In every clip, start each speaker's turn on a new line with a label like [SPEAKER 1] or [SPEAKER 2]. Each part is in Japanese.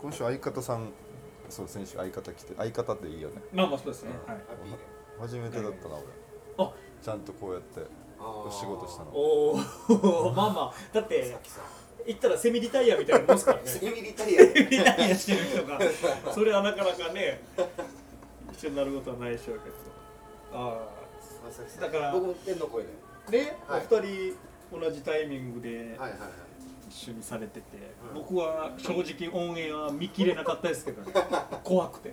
[SPEAKER 1] 今週相方さんそう先週相方来て相方っていいよね
[SPEAKER 2] まあまあそうですね、はい
[SPEAKER 3] ハッピーで
[SPEAKER 1] 初めてだったな俺
[SPEAKER 2] あ
[SPEAKER 1] ちゃんとこうやってお仕事したの
[SPEAKER 2] おお まあまあだっ
[SPEAKER 3] さ
[SPEAKER 2] て
[SPEAKER 3] っきさ
[SPEAKER 2] 行ったらセミリタイヤみたいなもんですからね セ
[SPEAKER 3] セミリタイヤ
[SPEAKER 2] ミリタイヤしてる 人がそれはなかなかね一緒になることはないでしょうけどあだから
[SPEAKER 3] 僕も天の声で
[SPEAKER 2] あで、
[SPEAKER 3] はい
[SPEAKER 2] お二人同じタイミングで
[SPEAKER 3] はいはいはい
[SPEAKER 2] 一緒にされてて、
[SPEAKER 3] うん
[SPEAKER 2] 僕は正直オンエア見切れなかったですけ どね怖くて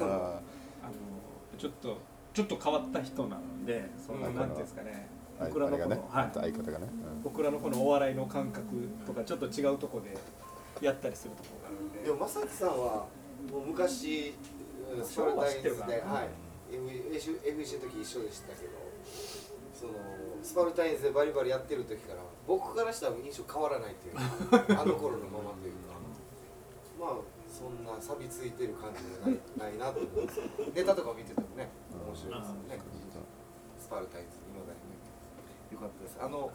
[SPEAKER 1] あ
[SPEAKER 2] あのちょっとちょっと変わった人なのでその
[SPEAKER 1] う
[SPEAKER 2] な
[SPEAKER 1] ん
[SPEAKER 2] んていうんですかね
[SPEAKER 1] あ
[SPEAKER 2] 僕らの
[SPEAKER 1] あれが
[SPEAKER 2] こ
[SPEAKER 1] ね
[SPEAKER 2] の、はい、
[SPEAKER 1] 相方がね
[SPEAKER 2] 僕らのこのお笑いの感覚とかちょっと違うとこでやったりするところがあるん
[SPEAKER 3] で
[SPEAKER 2] で
[SPEAKER 3] もまさきさんはもう昔うん
[SPEAKER 2] 昭和は知ってるから
[SPEAKER 3] スパルタインズではい FEC FEC の時一緒でしたけどそのスパルタインズでバリバリやってる時から僕からしたら印象変わらな いっていうかあの頃のままというかまあそんな錆びついてる感じじゃないないなと思うんですけどネタとか見ててもね面白いですよねスパルタインズ今だによかったですあの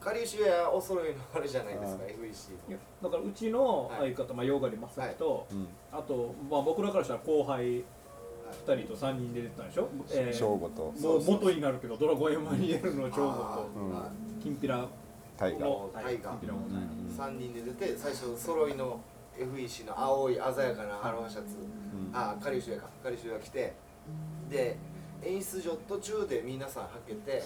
[SPEAKER 3] かりゆしはお揃いのあれじゃないですか
[SPEAKER 1] あ
[SPEAKER 3] FEC
[SPEAKER 2] いやだからうちの
[SPEAKER 3] はい
[SPEAKER 2] 相方、まあ、ヨガリマサキと、
[SPEAKER 1] うん
[SPEAKER 2] あと、まあ、僕らからしたら後輩
[SPEAKER 3] はい
[SPEAKER 2] 2人と3人で出てたんでしょ、
[SPEAKER 1] う
[SPEAKER 2] え
[SPEAKER 1] ん
[SPEAKER 2] ー
[SPEAKER 1] 省吾と
[SPEAKER 2] もう元になるけどドラゴンエマニュエルの長吾
[SPEAKER 3] あ
[SPEAKER 2] と
[SPEAKER 3] ー
[SPEAKER 1] うん
[SPEAKER 3] はい
[SPEAKER 2] きんぴら
[SPEAKER 1] タイガー
[SPEAKER 2] の
[SPEAKER 3] タイガー
[SPEAKER 2] はいきんぴらも
[SPEAKER 1] う
[SPEAKER 2] ね
[SPEAKER 1] ん
[SPEAKER 3] 3人で出て最初揃いの FEC の青い鮮やかなアロハシャツ、
[SPEAKER 1] うん
[SPEAKER 3] あカリウシュかカリウシュが来てで演出所途中で皆さんはけて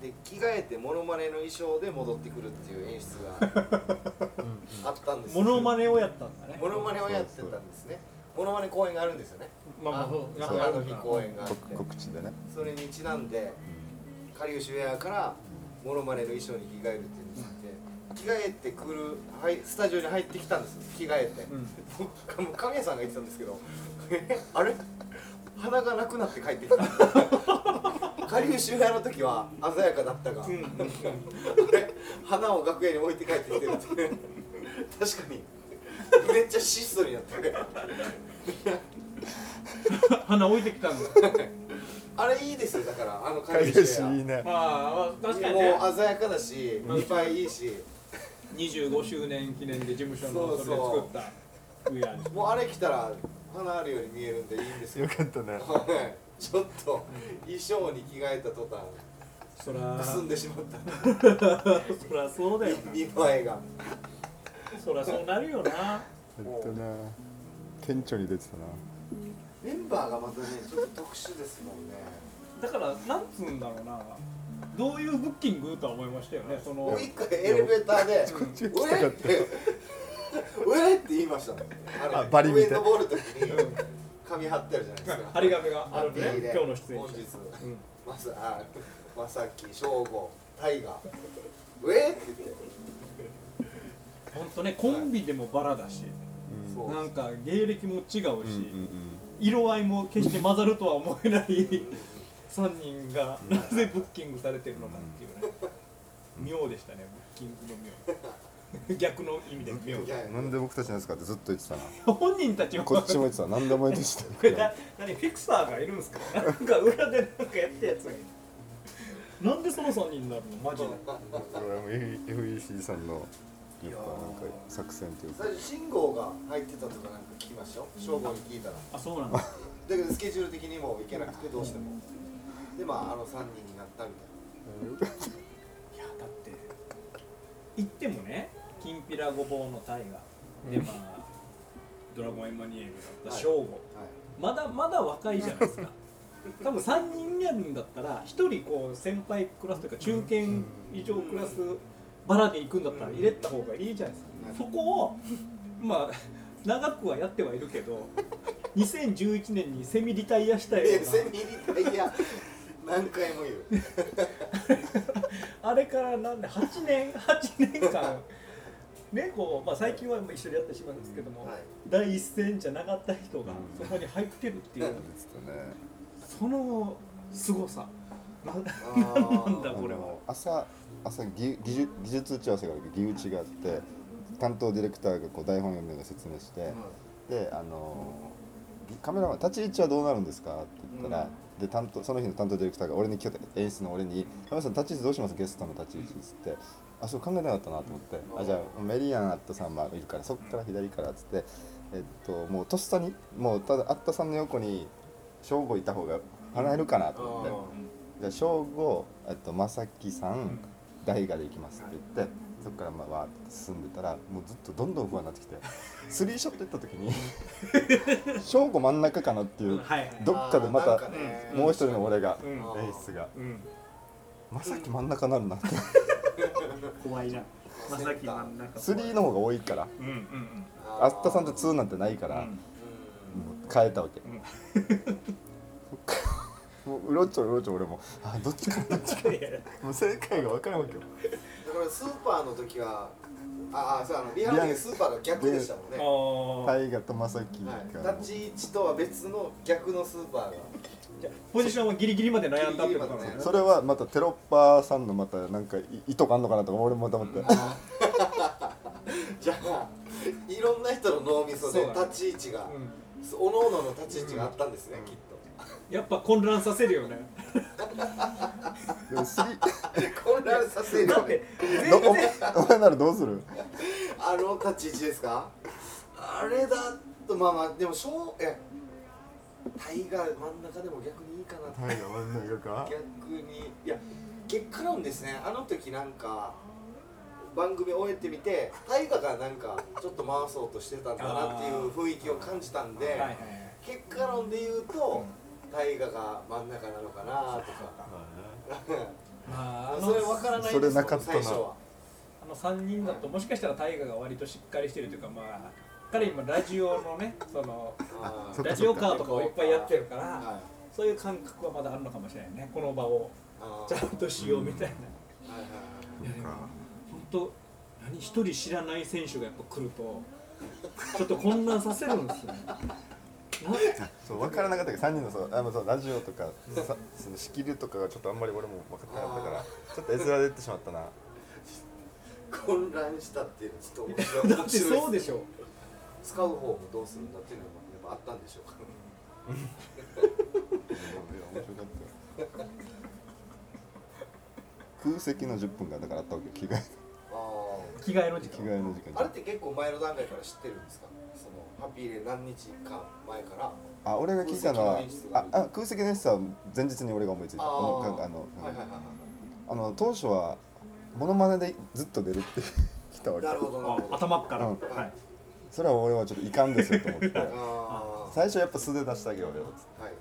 [SPEAKER 3] で着替えてモノマネの衣装で戻ってくるっていう演出が あったんです
[SPEAKER 2] モノマネをやったんだね
[SPEAKER 3] モノマネをやってたんですねモノマネ公演があるんですよね
[SPEAKER 2] まあまあ
[SPEAKER 3] そう
[SPEAKER 2] なん
[SPEAKER 3] そう
[SPEAKER 2] か
[SPEAKER 3] あ
[SPEAKER 2] ある
[SPEAKER 3] の
[SPEAKER 2] ん
[SPEAKER 3] 日
[SPEAKER 2] だ
[SPEAKER 3] 公演があって
[SPEAKER 1] 告告知でね
[SPEAKER 3] それにちなんでカリウシウェアからモノマネの衣装に着替えるっていうのをして着替えてくる、はい、スタジオに入ってきたんです着替えて、
[SPEAKER 2] うん
[SPEAKER 3] 僕もう神谷さんが言ってたんですけど えあれ鼻がなくなって帰ってきた カリウシウェアの時は鮮やかだったが、あれ花を楽屋に置いて帰ってきてるって確かにめっちゃ質素になってる
[SPEAKER 2] 花置いてきたんだ
[SPEAKER 3] あれいいですよだからあのカ
[SPEAKER 1] タ
[SPEAKER 3] リ
[SPEAKER 1] イ
[SPEAKER 3] ウ
[SPEAKER 1] ガ
[SPEAKER 3] シ
[SPEAKER 1] ー氏
[SPEAKER 3] ウ
[SPEAKER 1] いい
[SPEAKER 3] ェア
[SPEAKER 1] ね
[SPEAKER 2] まあ確かにね
[SPEAKER 3] もう鮮やかだし見栄えいいし
[SPEAKER 2] 25周年記念で事務所のそれで作ったウェアで
[SPEAKER 3] もうあれ着たら花あるように見えるんでいいんですよ
[SPEAKER 1] よかったね
[SPEAKER 3] はいちょっと衣装に着替えた途端
[SPEAKER 2] そら
[SPEAKER 3] くすんでしまっ た
[SPEAKER 2] そらそうだよ
[SPEAKER 3] 見栄えが
[SPEAKER 2] なそらそうなるよな
[SPEAKER 1] えっとね顕著に出てたな
[SPEAKER 3] メンバーがまたねちょっと特殊ですもんね
[SPEAKER 2] だからなんつうんだろうなどういうブッキングとは思いましたよねその
[SPEAKER 3] もう一回エレベーターで
[SPEAKER 1] こっち
[SPEAKER 3] 「
[SPEAKER 1] が来
[SPEAKER 3] う
[SPEAKER 1] た
[SPEAKER 3] え
[SPEAKER 1] か
[SPEAKER 3] っ!」
[SPEAKER 1] っ
[SPEAKER 3] って「うえっ!」って言いましたもんあ
[SPEAKER 1] あ
[SPEAKER 3] れ
[SPEAKER 1] バリ見て
[SPEAKER 3] 上登る時に紙貼ってあるじゃないですか
[SPEAKER 2] 張り紙があるんで
[SPEAKER 3] いい
[SPEAKER 2] ね今日の出演
[SPEAKER 3] 本
[SPEAKER 2] 者
[SPEAKER 3] 日
[SPEAKER 2] うん
[SPEAKER 3] まさあまさきしょうごタイガー「うえっ!」って言って
[SPEAKER 2] 本当ねコンビでもバラだし、
[SPEAKER 1] うん
[SPEAKER 3] そう
[SPEAKER 2] なんか芸歴も違うし、
[SPEAKER 1] うんうん
[SPEAKER 2] 色合いも決して混ざるとは思えない3人がなぜブッキングされてるのかっていうね、妙でしたねブッキングの妙逆の意味で妙
[SPEAKER 3] いや
[SPEAKER 1] うんなんで僕たちなんですかってずっと言ってたな
[SPEAKER 2] 本人たちも
[SPEAKER 1] こっちも言ってた何でも言ってた
[SPEAKER 2] こ れな何フィクサーがいるんですか なんか裏でなんかやってたやつがいるなんでその3人になるのマジで
[SPEAKER 1] これはもう FEC さんのやっぱなんか作戦というか
[SPEAKER 3] 最初信号が入ってたとかなんか聞きましたよ消防に聞いたら
[SPEAKER 2] あそうなんだ
[SPEAKER 3] だけどスケジュール的にも行けなくてどうしてもでまああの3人になったみ
[SPEAKER 2] いやだって行ってもねきんぴらごぼうのタイガーでまあドラゴンエマニュエルだった
[SPEAKER 3] はい
[SPEAKER 2] ショーゴ
[SPEAKER 3] た
[SPEAKER 2] まだまだ若いじゃない ですか多分3人やるんだったら1人こう先輩クラスというか中堅以上クラスバラで行くんだったら入れた方がいいじゃないですか
[SPEAKER 3] うん
[SPEAKER 2] そこをまあ長くはやってはいるけど2011年にセミリタイヤしたよ
[SPEAKER 3] はいいうやセ
[SPEAKER 2] な
[SPEAKER 3] ミリタイヤ何回も言う
[SPEAKER 2] あれからなんで8年8年間ねこうまあ、最近は一緒にやってしまうんですけども、
[SPEAKER 3] はい
[SPEAKER 2] 第一線じゃなかった人が
[SPEAKER 1] う
[SPEAKER 2] そこに入ってるっていう、
[SPEAKER 3] うん
[SPEAKER 1] 言ってたね
[SPEAKER 2] その凄さな
[SPEAKER 3] あー
[SPEAKER 2] なんだこれ
[SPEAKER 1] あ
[SPEAKER 2] は
[SPEAKER 1] の朝朝技技術技術打ち合わせがあるけど技打ちがあって担当ディレクターがこう台本読みながら説明して、であのカメラマン立ち位置はどうなるんですか?」って言ったら、
[SPEAKER 3] うん
[SPEAKER 1] で担当その日の担当ディレクターが俺に来て演出の俺に「浜田さん立ち位置どうしますゲストの立ち位置」っつって「あそう考えなかったな」と思って「あじゃあメリアンアットさんまいるからそっから左から」っつってえっともうとっさにもうただアットさんの横に省吾いた方が払えるかなと思って「じゃあ省吾えっと正樹さん大河で行きます」って言って。そこからまあわーって進んでたらもうずっとどんどん不安になってきてスリーショット行った時に「省吾真ん中かな」っていう
[SPEAKER 2] はいはい
[SPEAKER 3] あー
[SPEAKER 1] どっかでまた
[SPEAKER 3] なんかね
[SPEAKER 1] もう一人の俺が、
[SPEAKER 2] うん
[SPEAKER 1] 演出が、
[SPEAKER 2] うん
[SPEAKER 1] まさき真ん中になるなって、
[SPEAKER 4] 怖いなまさき真ん中
[SPEAKER 1] 3の方が多いから、
[SPEAKER 2] うんうん
[SPEAKER 1] あったさんと2なんてないから、もう変えたわけ。
[SPEAKER 2] ん
[SPEAKER 1] もううろちょろうろちょろ俺も、あ、どっちかな、どっちかな、もう正解が分からんわけよ。
[SPEAKER 3] だからスーパーの時はああそうあのリハの時はスーパーが逆でしたもんね、
[SPEAKER 2] あ
[SPEAKER 3] は
[SPEAKER 2] ー
[SPEAKER 1] 大河とまさきが、
[SPEAKER 3] い、立ち位置とは別の逆のスーパーが
[SPEAKER 2] じゃあポジションはギリギリまで悩んだってことなんです
[SPEAKER 1] そ
[SPEAKER 2] ね
[SPEAKER 1] れはまたテロッパーさんのまたなんかい意図があんのかなとか俺もまた思って、
[SPEAKER 3] じゃあいろんな人の脳みそで
[SPEAKER 2] そうだね
[SPEAKER 3] 立ち位置
[SPEAKER 2] う
[SPEAKER 3] が、
[SPEAKER 2] ん
[SPEAKER 3] おのおのの立ち位置があったんですね、きっ
[SPEAKER 2] やっぱ混乱させるよね
[SPEAKER 1] でもスリ
[SPEAKER 3] と混乱させる
[SPEAKER 2] だ
[SPEAKER 3] よ
[SPEAKER 2] っ
[SPEAKER 3] ね
[SPEAKER 2] て全
[SPEAKER 1] ど
[SPEAKER 2] 然
[SPEAKER 1] おお前ならどうする
[SPEAKER 3] あの立ち位置ですかあれだとまあまあでもしょうえタイガー真ん中でも逆にいいかなって
[SPEAKER 1] 河真ん中か
[SPEAKER 3] 逆にいや結果論ですねあの時なんか番組終えてみて大河がなんかちょっと回そうとしてたんだなっていう雰囲気を感じたんで、
[SPEAKER 2] はいはいはい
[SPEAKER 3] 結果論で言うと大河が真ん中なのかなとか
[SPEAKER 2] まああ
[SPEAKER 3] それ
[SPEAKER 2] の
[SPEAKER 3] 分からない
[SPEAKER 1] それなかったな
[SPEAKER 3] 最初は
[SPEAKER 2] あの3人だともしかしたら大河が割としっかりしてるというかまあ彼今ラジオのねその
[SPEAKER 3] あー
[SPEAKER 1] そっ
[SPEAKER 2] ラ
[SPEAKER 1] か
[SPEAKER 2] ジオカーとかをいっぱいやってるから、
[SPEAKER 3] はい
[SPEAKER 2] そういう感覚はまだあるのかもしれないねこの場を
[SPEAKER 3] あー
[SPEAKER 2] ちゃんとしようみたいな、
[SPEAKER 3] はいはい
[SPEAKER 2] いやでも本当何一人知らない選手がやっぱ来るとちょっと混乱させるんですよ ねな
[SPEAKER 1] そう分からなかったけど3人のそうあのそうラジオとかさその仕切りとかがちょっとあんまり俺も分かってなかったからちょっと絵面で言ってしまったな
[SPEAKER 3] はい混乱したっていうのはちょっと面白い
[SPEAKER 2] だってそうでしょ
[SPEAKER 3] 使う方もどうするんだっていうのがやっぱあったんでしょうか
[SPEAKER 1] 面白かったよ空席の10分がだからあったわけよ着替え
[SPEAKER 3] ああ
[SPEAKER 2] 着替えの時
[SPEAKER 1] 着
[SPEAKER 2] 間
[SPEAKER 1] 替えの時間
[SPEAKER 3] あれって結構前の段階から知ってるんですかそのハッピーレ何日か前から
[SPEAKER 1] あ俺が聞いたのは
[SPEAKER 3] 空席の演出があ
[SPEAKER 1] あ
[SPEAKER 3] る
[SPEAKER 1] あ空席の演出は前日に俺が思いついたあの
[SPEAKER 3] ー
[SPEAKER 1] かあの
[SPEAKER 3] はいはいはいは
[SPEAKER 1] あの当初はモノマネでずっと出るって 来たわ
[SPEAKER 3] い
[SPEAKER 1] け
[SPEAKER 3] なるほどなるほど
[SPEAKER 2] あ頭から、
[SPEAKER 1] うん
[SPEAKER 2] はい
[SPEAKER 1] それは俺はちょっといかんですよと思 って
[SPEAKER 3] あー
[SPEAKER 1] 最初やっぱ素で出してあげようよっつって
[SPEAKER 3] はいは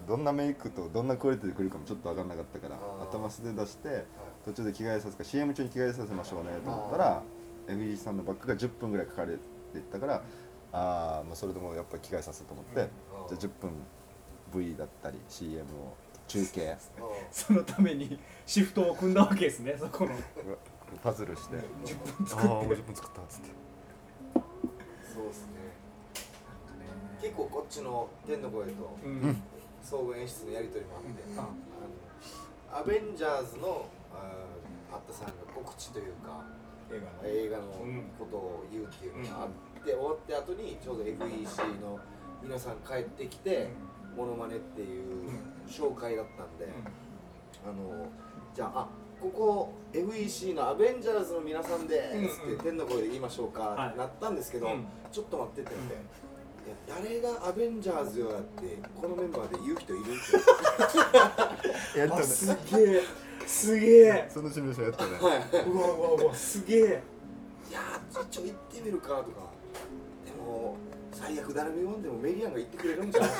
[SPEAKER 1] でどんなメイクとどんなクオリティで来るかもちょっと分かんなかったから
[SPEAKER 3] あー
[SPEAKER 1] 頭素で出して途中で着替えさせか CM 中に着替えさせましょうねと思ったらエミリーさんのバッグが10分ぐらいかかるって言ったからああもうそれでもうやっぱり着替えさせと思って、
[SPEAKER 3] うん
[SPEAKER 1] じゃあ10分 V だったり CM を中 継
[SPEAKER 3] はい
[SPEAKER 2] そのためにシフトを組んだわけですねそこの
[SPEAKER 1] パズルして
[SPEAKER 2] 10
[SPEAKER 1] ああもう10分作ったっつって
[SPEAKER 3] あーそうですね結構こっちの天の声と
[SPEAKER 2] 分うん
[SPEAKER 3] 総合演出のやり取りもあって
[SPEAKER 2] あ
[SPEAKER 3] あのアベンジャーズのあーあったさんが告知というか
[SPEAKER 2] 映画の
[SPEAKER 3] 映画のことを言うっていうのがあって、終わった後にちょうど FEC の皆さん帰ってきて、モノマネっていう紹介だったんで、あのじゃああここ FEC の「アベンジャーズの皆さんです」っ
[SPEAKER 2] うんう
[SPEAKER 3] て
[SPEAKER 2] ん
[SPEAKER 3] 天の声で言いましょうか
[SPEAKER 2] はい
[SPEAKER 3] ってなったんですけど、
[SPEAKER 2] うん
[SPEAKER 3] ちょっと待ってって言って。いや誰がアベンジャーズよやってこのメンバーで言う人いるっ て
[SPEAKER 1] やった
[SPEAKER 2] あ
[SPEAKER 1] ね
[SPEAKER 2] すげえすげえ
[SPEAKER 1] そのシミュレーションやったね
[SPEAKER 2] うわうわうわすげえ
[SPEAKER 3] いやーちょっと行ってみるかとかでも最悪誰も読んでもメリアンが言ってくれるんじゃない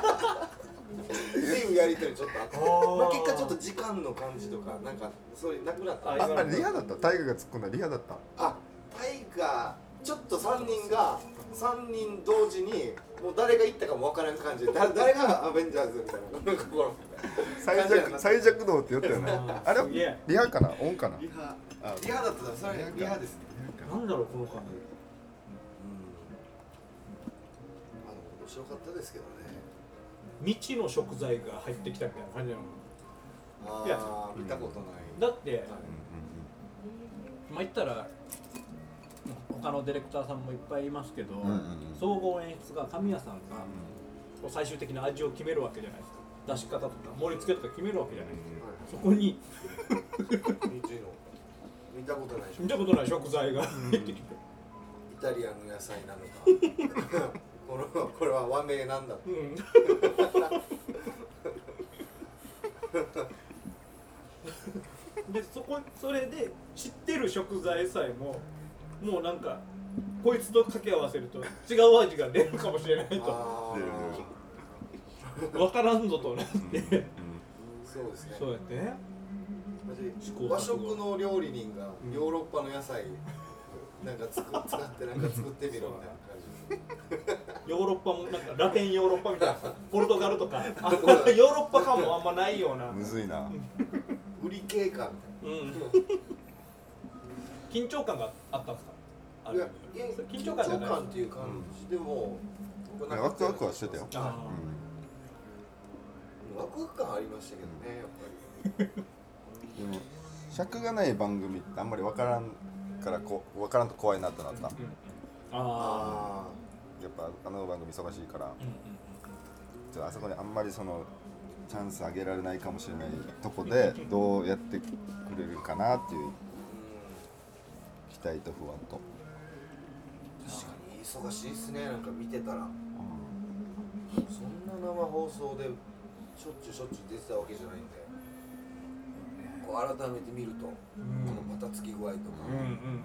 [SPEAKER 3] っていうやり取りちょっとあって
[SPEAKER 2] あー
[SPEAKER 3] まあ、結果ちょっと時間の感じとかなんかそういうなくなったんで
[SPEAKER 1] ああれリハだった大河が突っ込んだリハだった
[SPEAKER 3] あタイガーちょっと3人が3人同時にもう誰が行ったかもわからん感じでだ誰がアベンジャーズみたいななんかこう
[SPEAKER 1] 最
[SPEAKER 3] 感じやな
[SPEAKER 1] 弱最弱道って言ったよね
[SPEAKER 2] あー
[SPEAKER 1] あれ
[SPEAKER 2] すげえ
[SPEAKER 1] リハかなオンかな
[SPEAKER 3] リハ
[SPEAKER 1] あ
[SPEAKER 3] リハだったらそれ
[SPEAKER 1] リハか
[SPEAKER 3] リハですね
[SPEAKER 2] なんだろうこの感じ
[SPEAKER 3] うんあの面白かったですけどね
[SPEAKER 2] 未知の食材が入ってきたみたいな感じなの
[SPEAKER 3] あ
[SPEAKER 2] いや
[SPEAKER 3] あ見たことない
[SPEAKER 2] だって
[SPEAKER 3] はい
[SPEAKER 2] まあ言ったら他のディレクターさんもいっぱいいますけど、
[SPEAKER 1] うんうんうん
[SPEAKER 2] 総合演出が神谷さんがこう最終的な味を決めるわけじゃないですか出し方とか盛り付けとか決めるわけじゃないですかそ
[SPEAKER 3] はい
[SPEAKER 2] こに
[SPEAKER 3] 見てるの見たことないでしょ
[SPEAKER 2] 見たことない食材が入ってきて、
[SPEAKER 3] イタリアンの野菜なのかこのこれは和名なんだ
[SPEAKER 2] うんでそこそれで知ってる食材さえももうなんかこいつと掛け合わせると違う味が出るかもしれないと
[SPEAKER 3] あ
[SPEAKER 1] 出る出る
[SPEAKER 3] あ
[SPEAKER 2] 分からんぞとなって
[SPEAKER 3] そうですね
[SPEAKER 2] そうやってね試行錯誤
[SPEAKER 3] 和食の料理人がヨーロッパの野菜なんか つく使ってなんか作ってみろみたいな感じ
[SPEAKER 2] ヨーロッパもなんかラテンヨーロッパみたい なポルトガルとかあこれ ヨーロッパ感もあんまないような、
[SPEAKER 1] むずいな
[SPEAKER 3] 売り系か
[SPEAKER 2] うん
[SPEAKER 3] みたい
[SPEAKER 2] 緊張感があったんですかあ
[SPEAKER 3] な
[SPEAKER 2] れ
[SPEAKER 3] いやいや
[SPEAKER 2] それ
[SPEAKER 3] 緊
[SPEAKER 2] 緊張
[SPEAKER 3] 張
[SPEAKER 2] 感じゃない
[SPEAKER 3] 感っていう感じでも
[SPEAKER 1] いやワクワクはしてたよ
[SPEAKER 2] あー
[SPEAKER 3] ワクワク感ありましたけどねやっぱり
[SPEAKER 1] うんでも尺がない番組ってあんまり分からんからこ分からんと怖いなってなったや
[SPEAKER 2] あ
[SPEAKER 3] あ
[SPEAKER 1] っぱあの番組忙しいから
[SPEAKER 2] ーうんうん
[SPEAKER 1] ちょっとあそこにあんまりそのチャンスあげられないかもしれないとこでどうやってくれるかなっていう
[SPEAKER 3] あ
[SPEAKER 1] 期待と不安と
[SPEAKER 3] 確かに忙しいっすねなんか見てたらそんな生放送でしょっちゅうしょっちゅう出てたわけじゃないんでこう改めて見るとこ
[SPEAKER 2] うん
[SPEAKER 3] のバタつき具合とか
[SPEAKER 2] うんうんうん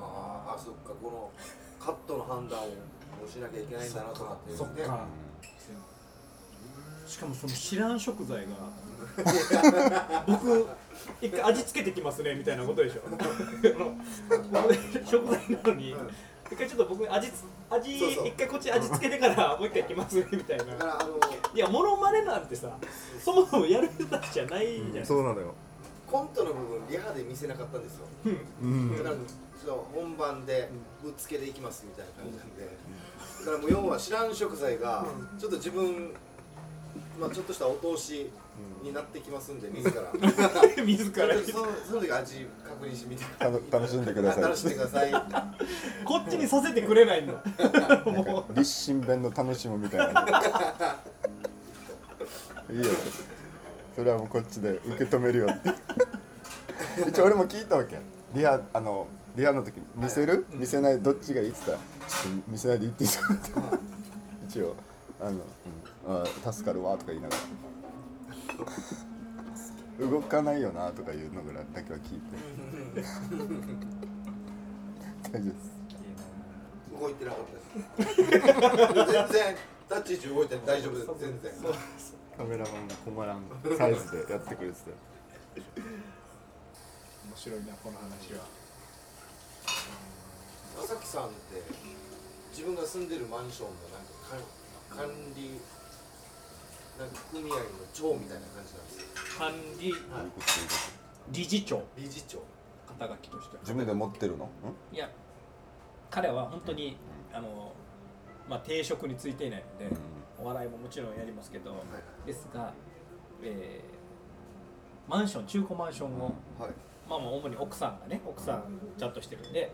[SPEAKER 3] あーあそっかこのカットの判断をしなきゃいけないんだなとかっていう
[SPEAKER 2] そっ
[SPEAKER 3] ね
[SPEAKER 2] かしかもその知らん食材が 僕一回味付けてきますねみたいなことで しょあの食材なのに一回ちょっと僕味つ味
[SPEAKER 3] そうそう
[SPEAKER 2] 一回こっち味付けてからもう一回いきますねみたいな
[SPEAKER 3] だからあの
[SPEAKER 2] いやモノマネなんてさそもそもやるやつじゃないじゃないですか、
[SPEAKER 1] うなのよ
[SPEAKER 3] コントの部分リハで見せなかったんですよ
[SPEAKER 1] うん
[SPEAKER 3] だからそう本番でぶっつけでいきますみたいな感じなんでだからもう要は知らん食材がちょっと自分まあちょっとしたお通しになってきますんで自ら
[SPEAKER 2] 自
[SPEAKER 3] そ
[SPEAKER 2] ら
[SPEAKER 3] の時その時味確認してみて
[SPEAKER 1] たの楽しんでください
[SPEAKER 3] 楽しんでくださいあ
[SPEAKER 2] こっちにさせてくれないんだ
[SPEAKER 1] なん
[SPEAKER 2] も
[SPEAKER 1] か立身弁の楽しむみたいないいよそれはもうこっちで受け止めるよって一応俺も聞いたわけリハあのリハの時見せる、見せないどっちがいいって言ったらちょっと見せないでいいって言ってたって一応あの、うんあー助かるわとか言いながら動かないよなとかいうのぐらいだけは聞いて大丈夫です
[SPEAKER 3] 動いてなかったです全然立ち位置動いて大丈夫です全然
[SPEAKER 1] カメラマンが困らんサイズでやってくれてたよ
[SPEAKER 2] う面白いなこの話は
[SPEAKER 3] 朝木さんって自分が住んでるマンションのなんか管管理なんか組合の長みたいな感じなんですよ
[SPEAKER 2] 管理理事長
[SPEAKER 3] 理事長
[SPEAKER 2] 肩書きとしては
[SPEAKER 1] 自分で持ってるのん
[SPEAKER 2] いや彼は本当にあのまあ定職についていないので、お笑いももちろんやりますけど、ですが、えーマンション中古マンションを、
[SPEAKER 3] はい
[SPEAKER 2] まあまあ主に奥さんがね奥さんちゃんとしてるんで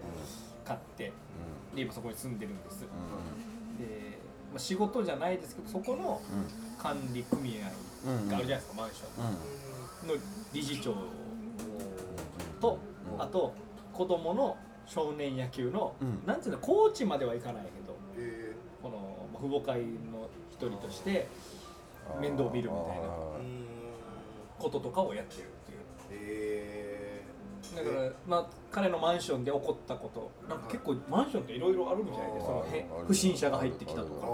[SPEAKER 2] 買ってで今そこに住んでるんです、で、まあ、仕事じゃないですけどそこの管理組合があるじゃないですか、マンションの理事長と、
[SPEAKER 1] うん
[SPEAKER 2] あと子供の少年野球の、
[SPEAKER 1] うん
[SPEAKER 2] なんていうのコーチまではいかないけど
[SPEAKER 3] え
[SPEAKER 2] このまあ父母会の一人として面倒見るみたいな
[SPEAKER 3] ー、うーん
[SPEAKER 2] こととかをやってるっていう
[SPEAKER 3] え
[SPEAKER 2] だから、まあ、彼のマンションで起こったことなんか結構マンションっていろいろあるみたいでそのへ
[SPEAKER 1] ある
[SPEAKER 2] 不審者が入ってきたと
[SPEAKER 3] ー、
[SPEAKER 1] あ
[SPEAKER 3] あ
[SPEAKER 2] か
[SPEAKER 3] ー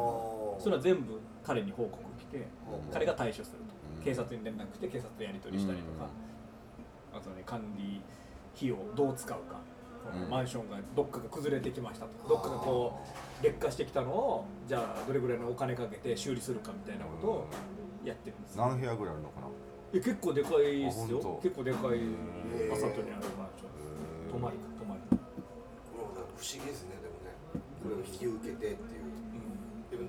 [SPEAKER 2] それは全部彼に報告来て
[SPEAKER 1] うん
[SPEAKER 2] 彼が対処すると
[SPEAKER 1] うん
[SPEAKER 2] 警察に連絡して警察とやり取りしたりとかあとね管理費をどう使うかその
[SPEAKER 1] うん
[SPEAKER 2] マンションがどっかが崩れてきましたとかどっかがこう劣化してきたのをじゃあどれぐらいのお金かけて修理するかみたいなことをやってるんですよ
[SPEAKER 1] 何部屋ぐらいあるのかな
[SPEAKER 2] え結構でかいで
[SPEAKER 1] あ
[SPEAKER 2] す
[SPEAKER 1] 本
[SPEAKER 2] よ
[SPEAKER 1] 当
[SPEAKER 2] 結構でかい
[SPEAKER 3] へー
[SPEAKER 2] 朝とにあるマンション泊まりか泊まり
[SPEAKER 3] これもなんか不思議ですねでもねこれを引き受けてっていうでもい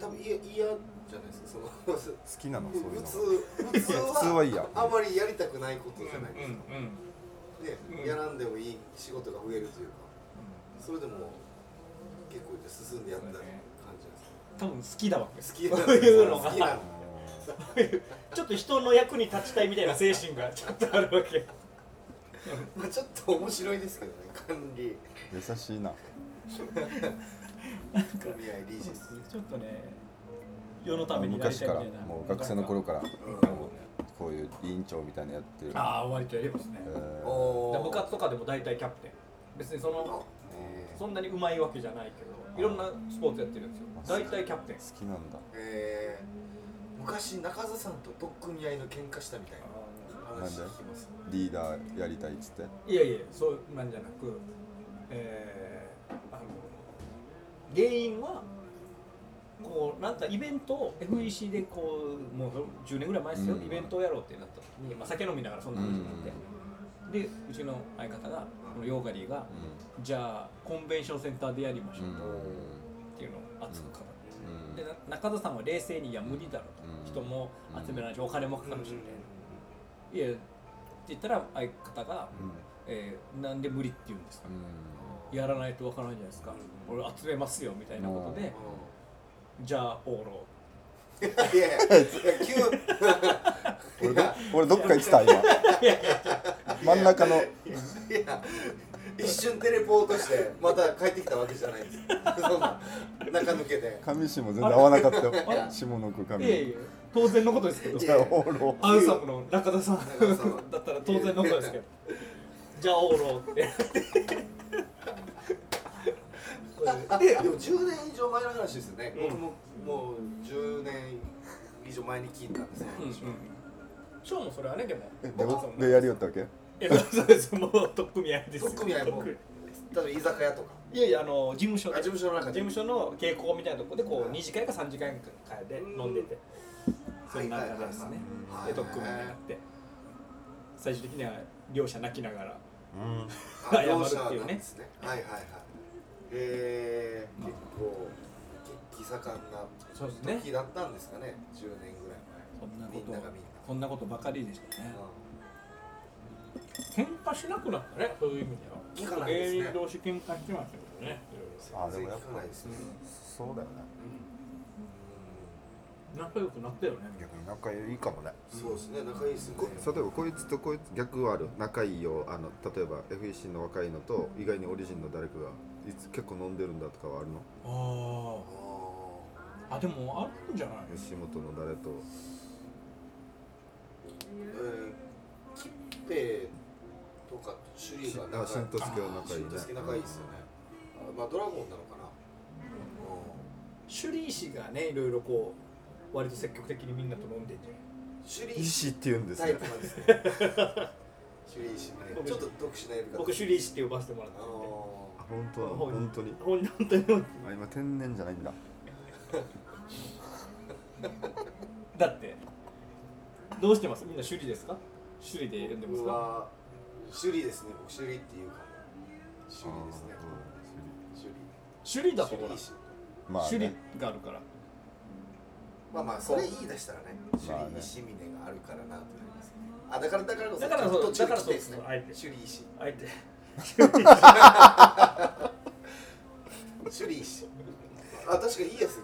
[SPEAKER 3] 多分嫌嫌じゃないですかその
[SPEAKER 1] 好きなのそういう
[SPEAKER 3] 普
[SPEAKER 1] の
[SPEAKER 3] 通普通
[SPEAKER 1] 普通はいいや
[SPEAKER 3] はあまりやりたくないことじゃないですか、
[SPEAKER 2] うんうんう
[SPEAKER 3] ね
[SPEAKER 2] ん
[SPEAKER 3] やらんでもいい仕事が増えるというかそれでも結構進んでやった感じなんで
[SPEAKER 2] 多分好きだわけです
[SPEAKER 3] 好きなの
[SPEAKER 2] そう いうのが
[SPEAKER 3] 好きなの
[SPEAKER 5] ちょっと人の役に立ちたいみたいな精神がちょっとあるわけ
[SPEAKER 3] まあちょっと面白いですけどね管理
[SPEAKER 1] 優しいな
[SPEAKER 3] 組合理事です
[SPEAKER 2] ちょっとね世のためにやり
[SPEAKER 1] 昔
[SPEAKER 2] たい
[SPEAKER 1] か
[SPEAKER 2] み
[SPEAKER 1] ら
[SPEAKER 2] たいな
[SPEAKER 1] もう学生の頃から
[SPEAKER 3] うん
[SPEAKER 1] もうこういう委員長みたいなのやってる
[SPEAKER 2] ああ割とやりますね
[SPEAKER 1] えー
[SPEAKER 3] お
[SPEAKER 2] で
[SPEAKER 3] ー
[SPEAKER 2] 部活とかでも大体キャプテン別にその
[SPEAKER 3] え
[SPEAKER 2] そんなにうまいわけじゃないけどいろんなスポーツやってるんですよ大体キャプテン
[SPEAKER 1] 好きなんだ
[SPEAKER 3] ーえー昔中澤さんと取っ組合の喧嘩したみたいな話聞きます
[SPEAKER 1] リーダーやりたいっつって
[SPEAKER 2] いやいやそうなんじゃなくえーあの原因はこうなんかイベントを FEC でこうもう10年ぐらい前ですよ、
[SPEAKER 1] うん
[SPEAKER 2] イベントをやろうってなった時に、まあ、酒飲みながらそんな話になって、でうちの相方がこのヨーガリーが
[SPEAKER 1] う
[SPEAKER 2] じゃあコンベンションセンターでやりましょ
[SPEAKER 1] ん
[SPEAKER 2] う
[SPEAKER 1] う
[SPEAKER 2] と
[SPEAKER 1] ん
[SPEAKER 2] っていうのを熱く語って、
[SPEAKER 1] うん
[SPEAKER 2] でな中田さんは冷静に「いや無理だろ」と、
[SPEAKER 1] うん
[SPEAKER 2] 人も集められないしお金もかかるし、
[SPEAKER 5] うん
[SPEAKER 2] いやって言ったら相方が
[SPEAKER 1] うん
[SPEAKER 2] 「えーなんで無理って言うんですか?」
[SPEAKER 1] う
[SPEAKER 2] やらないとわからないじゃないですか、俺集めますよみたいなことで、じゃあオーロ
[SPEAKER 3] うんいやいやいや急
[SPEAKER 1] ん俺ど俺どっか行ってた今真ん中の
[SPEAKER 3] いや一瞬テレポートしてまた帰ってきたわけじゃないですそんな中抜けて
[SPEAKER 1] 上下全然合わなかった
[SPEAKER 2] あ
[SPEAKER 1] よ
[SPEAKER 2] れ
[SPEAKER 1] 下の句上
[SPEAKER 2] いやいや当然のことですけど
[SPEAKER 3] い
[SPEAKER 1] じ
[SPEAKER 3] や
[SPEAKER 1] ゃあオーロ
[SPEAKER 2] アンサムの中田さん
[SPEAKER 3] 中田さん
[SPEAKER 2] だったら当然のことですけどじゃあオーロって
[SPEAKER 3] でも10年以上前の話ですよね、僕ももう10年以上前に聞いたんですよ、
[SPEAKER 2] うんうんショーもそれはねでも
[SPEAKER 1] え
[SPEAKER 2] 僕はそ
[SPEAKER 1] で
[SPEAKER 2] の
[SPEAKER 1] でやりよったわけ
[SPEAKER 2] いやそうですもう特組合ですよ
[SPEAKER 3] 特にはもう例えば居酒屋とか
[SPEAKER 2] いやいやあの事務所
[SPEAKER 3] あ
[SPEAKER 2] で
[SPEAKER 3] 事務所
[SPEAKER 2] 事
[SPEAKER 3] の中で
[SPEAKER 2] 務所の傾向みたいなところでこ
[SPEAKER 3] は
[SPEAKER 2] う
[SPEAKER 3] い
[SPEAKER 2] 2次会か3次会かで飲んでてその中でですね
[SPEAKER 3] はいはいはいはい
[SPEAKER 2] で特組合やって最終的には両者泣きながら
[SPEAKER 1] うん
[SPEAKER 3] あ
[SPEAKER 2] 謝る
[SPEAKER 3] 両者
[SPEAKER 2] っていうね
[SPEAKER 3] なんですねはいはいはいえー、結構血気盛んな
[SPEAKER 2] そうです
[SPEAKER 3] 時だったんですかね10年ぐらい
[SPEAKER 2] そんな
[SPEAKER 3] 前
[SPEAKER 2] こ
[SPEAKER 3] みん
[SPEAKER 2] と
[SPEAKER 3] ながみんな
[SPEAKER 2] そんなことばかりでしたね
[SPEAKER 3] う
[SPEAKER 2] 喧嘩しなくなったねそういう意味では
[SPEAKER 3] 聞かないですね
[SPEAKER 2] 芸人同士喧嘩してましたけどね
[SPEAKER 1] あ
[SPEAKER 3] ん
[SPEAKER 1] でも
[SPEAKER 3] 全然
[SPEAKER 1] やっ
[SPEAKER 3] 聞かないですね
[SPEAKER 1] そうだよね
[SPEAKER 2] 仲良くなったよね
[SPEAKER 1] 逆に仲いいかもね
[SPEAKER 3] うんそうですね仲いいですね
[SPEAKER 1] こ例えばこいつとこいつ逆はある仲いいよあの例えば FEC の若いのと意外にオリジンの誰かがいつ結構飲んでるんだとかはあるの
[SPEAKER 2] あ
[SPEAKER 3] あ
[SPEAKER 2] ああでもあるんじゃない
[SPEAKER 1] 吉本の誰と
[SPEAKER 3] ーえーキッペとかシュリーが
[SPEAKER 1] あ
[SPEAKER 3] 仲
[SPEAKER 1] 新
[SPEAKER 3] い
[SPEAKER 1] 十
[SPEAKER 3] い
[SPEAKER 1] 助は仲いいね
[SPEAKER 3] 新十助仲いいですよねあまあドラゴンなのかな
[SPEAKER 2] 首里氏がねいろいろこう割と積極的にみんなと飲んでんじゃない
[SPEAKER 3] うんシュリ
[SPEAKER 1] 医
[SPEAKER 3] ー
[SPEAKER 1] 師って言うんです
[SPEAKER 3] タイ
[SPEAKER 1] よ
[SPEAKER 3] プな んですねシュリー氏ね
[SPEAKER 2] 僕
[SPEAKER 3] ちょっと特殊な呼び方
[SPEAKER 2] 僕首里氏って呼ばせてもらっ
[SPEAKER 3] あ
[SPEAKER 2] てて
[SPEAKER 3] の
[SPEAKER 1] あ本当だ本当に
[SPEAKER 2] ほん本当に
[SPEAKER 1] あ今天然じゃないんだ
[SPEAKER 2] だってどうしてますみんな首里ですか首里で呼んでます
[SPEAKER 3] 僕
[SPEAKER 2] か
[SPEAKER 3] はシュリーですね僕シュリーっていうかシュリーですね
[SPEAKER 1] あ
[SPEAKER 3] シュリ
[SPEAKER 2] 首里
[SPEAKER 3] ー
[SPEAKER 2] だ
[SPEAKER 3] シ
[SPEAKER 2] と
[SPEAKER 3] ュ
[SPEAKER 2] ほ
[SPEAKER 3] リ
[SPEAKER 2] ら
[SPEAKER 3] ー氏
[SPEAKER 1] ーまあ
[SPEAKER 2] 首里
[SPEAKER 1] ね
[SPEAKER 2] があるから
[SPEAKER 3] まあまあそれ言い出したらねシ
[SPEAKER 1] まあ
[SPEAKER 3] ュ
[SPEAKER 1] ね
[SPEAKER 3] リー石峰があるからなと思いますねあだからだからこそ
[SPEAKER 2] だからそう
[SPEAKER 3] ちょっ
[SPEAKER 2] だか
[SPEAKER 3] と
[SPEAKER 2] ら
[SPEAKER 3] 中
[SPEAKER 2] そう
[SPEAKER 3] 期ですね
[SPEAKER 2] そうあえて
[SPEAKER 3] シュリー氏
[SPEAKER 2] あえて
[SPEAKER 3] シュリー氏あ確かにいいやつが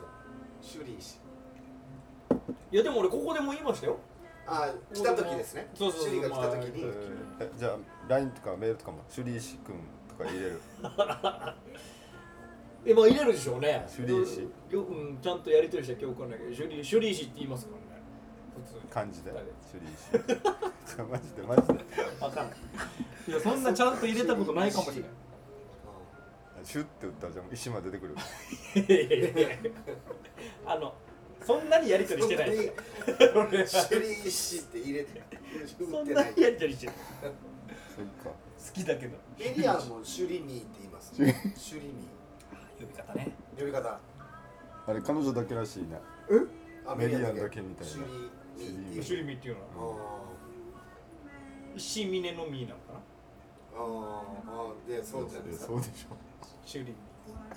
[SPEAKER 3] シュリー氏
[SPEAKER 2] いやでも俺ここでも言いましたよ
[SPEAKER 3] あ来た時ですね
[SPEAKER 2] そうそうそう
[SPEAKER 3] シュリーが来た時に
[SPEAKER 2] まあ
[SPEAKER 1] えじゃあ LINE とかメールとかも首里石君とか入れる
[SPEAKER 2] えまあ入れるでしょうね
[SPEAKER 1] シュリー氏
[SPEAKER 2] よ、うん、ちゃんとやりとりした記憶はないけどシュリーシュリー氏って言いますからね普通に
[SPEAKER 1] 感じで
[SPEAKER 2] 誰
[SPEAKER 1] 首里 石マジでマジで
[SPEAKER 2] わかんないいやそんなちゃんと入れたことないかもしれない
[SPEAKER 1] シュッて打ったらじゃあ石間出てくる
[SPEAKER 2] いやいやいやいやあのそんなにやり取りしてないですよ俺は
[SPEAKER 3] シ
[SPEAKER 2] そ
[SPEAKER 3] ュリー氏って入れて打っ
[SPEAKER 2] ん
[SPEAKER 3] て
[SPEAKER 2] な
[SPEAKER 3] な
[SPEAKER 2] に
[SPEAKER 3] い
[SPEAKER 2] やり取りしてない
[SPEAKER 1] そっか
[SPEAKER 2] 好きだけど
[SPEAKER 3] エリアンもシュリミーって言いますねシュリミ
[SPEAKER 2] 呼び方ね
[SPEAKER 3] ー呼び方
[SPEAKER 1] あれ彼女だけらしいね
[SPEAKER 3] あ
[SPEAKER 1] メリアンだけみたいな
[SPEAKER 3] シュリミーっていう
[SPEAKER 2] シュリミっていうのは
[SPEAKER 3] あー
[SPEAKER 2] 石峰のミーなのかな
[SPEAKER 3] あーあーでそうじゃないですか
[SPEAKER 1] そうでしょ
[SPEAKER 2] シュリミ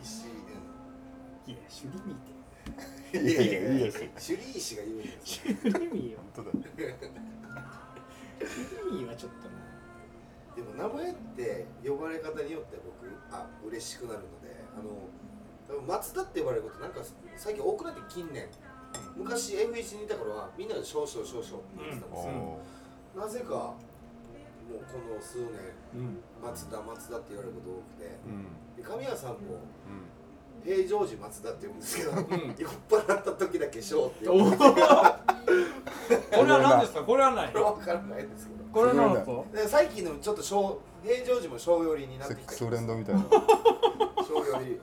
[SPEAKER 3] 石う
[SPEAKER 2] いやシュリミって
[SPEAKER 3] んいやいやい
[SPEAKER 1] い
[SPEAKER 3] や
[SPEAKER 1] や
[SPEAKER 3] いや
[SPEAKER 1] いや
[SPEAKER 3] シュリー氏が言うんです
[SPEAKER 2] シュリミよ
[SPEAKER 1] 本当だ
[SPEAKER 2] シュリミはちょっとな
[SPEAKER 3] でも名前って呼ばれ方によって僕あ嬉しくなるのであの多分松田って呼ばれることなんか最近多くなって近年昔 F1 にいた頃はみんなで少々少々って言ってたんです
[SPEAKER 1] お
[SPEAKER 3] よ、
[SPEAKER 1] ー
[SPEAKER 3] なぜかもうこの数年
[SPEAKER 2] うん
[SPEAKER 3] 松田松田って言われること多くて
[SPEAKER 1] うん
[SPEAKER 3] で神谷さんも
[SPEAKER 1] うん
[SPEAKER 3] 平常時松田って言うんですけど、
[SPEAKER 2] ん
[SPEAKER 3] 酔っ払った時だけ翔って呼
[SPEAKER 2] お
[SPEAKER 3] ぶ
[SPEAKER 2] ーこれは何ですかこれは何
[SPEAKER 3] これ分からないですけど
[SPEAKER 2] これは何ですか
[SPEAKER 3] で最近のちょっと小平常時も小寄りになっ
[SPEAKER 1] セ
[SPEAKER 3] て
[SPEAKER 1] ッ
[SPEAKER 3] き
[SPEAKER 1] ク
[SPEAKER 3] た
[SPEAKER 1] スフレンドみた いな
[SPEAKER 3] 小寄り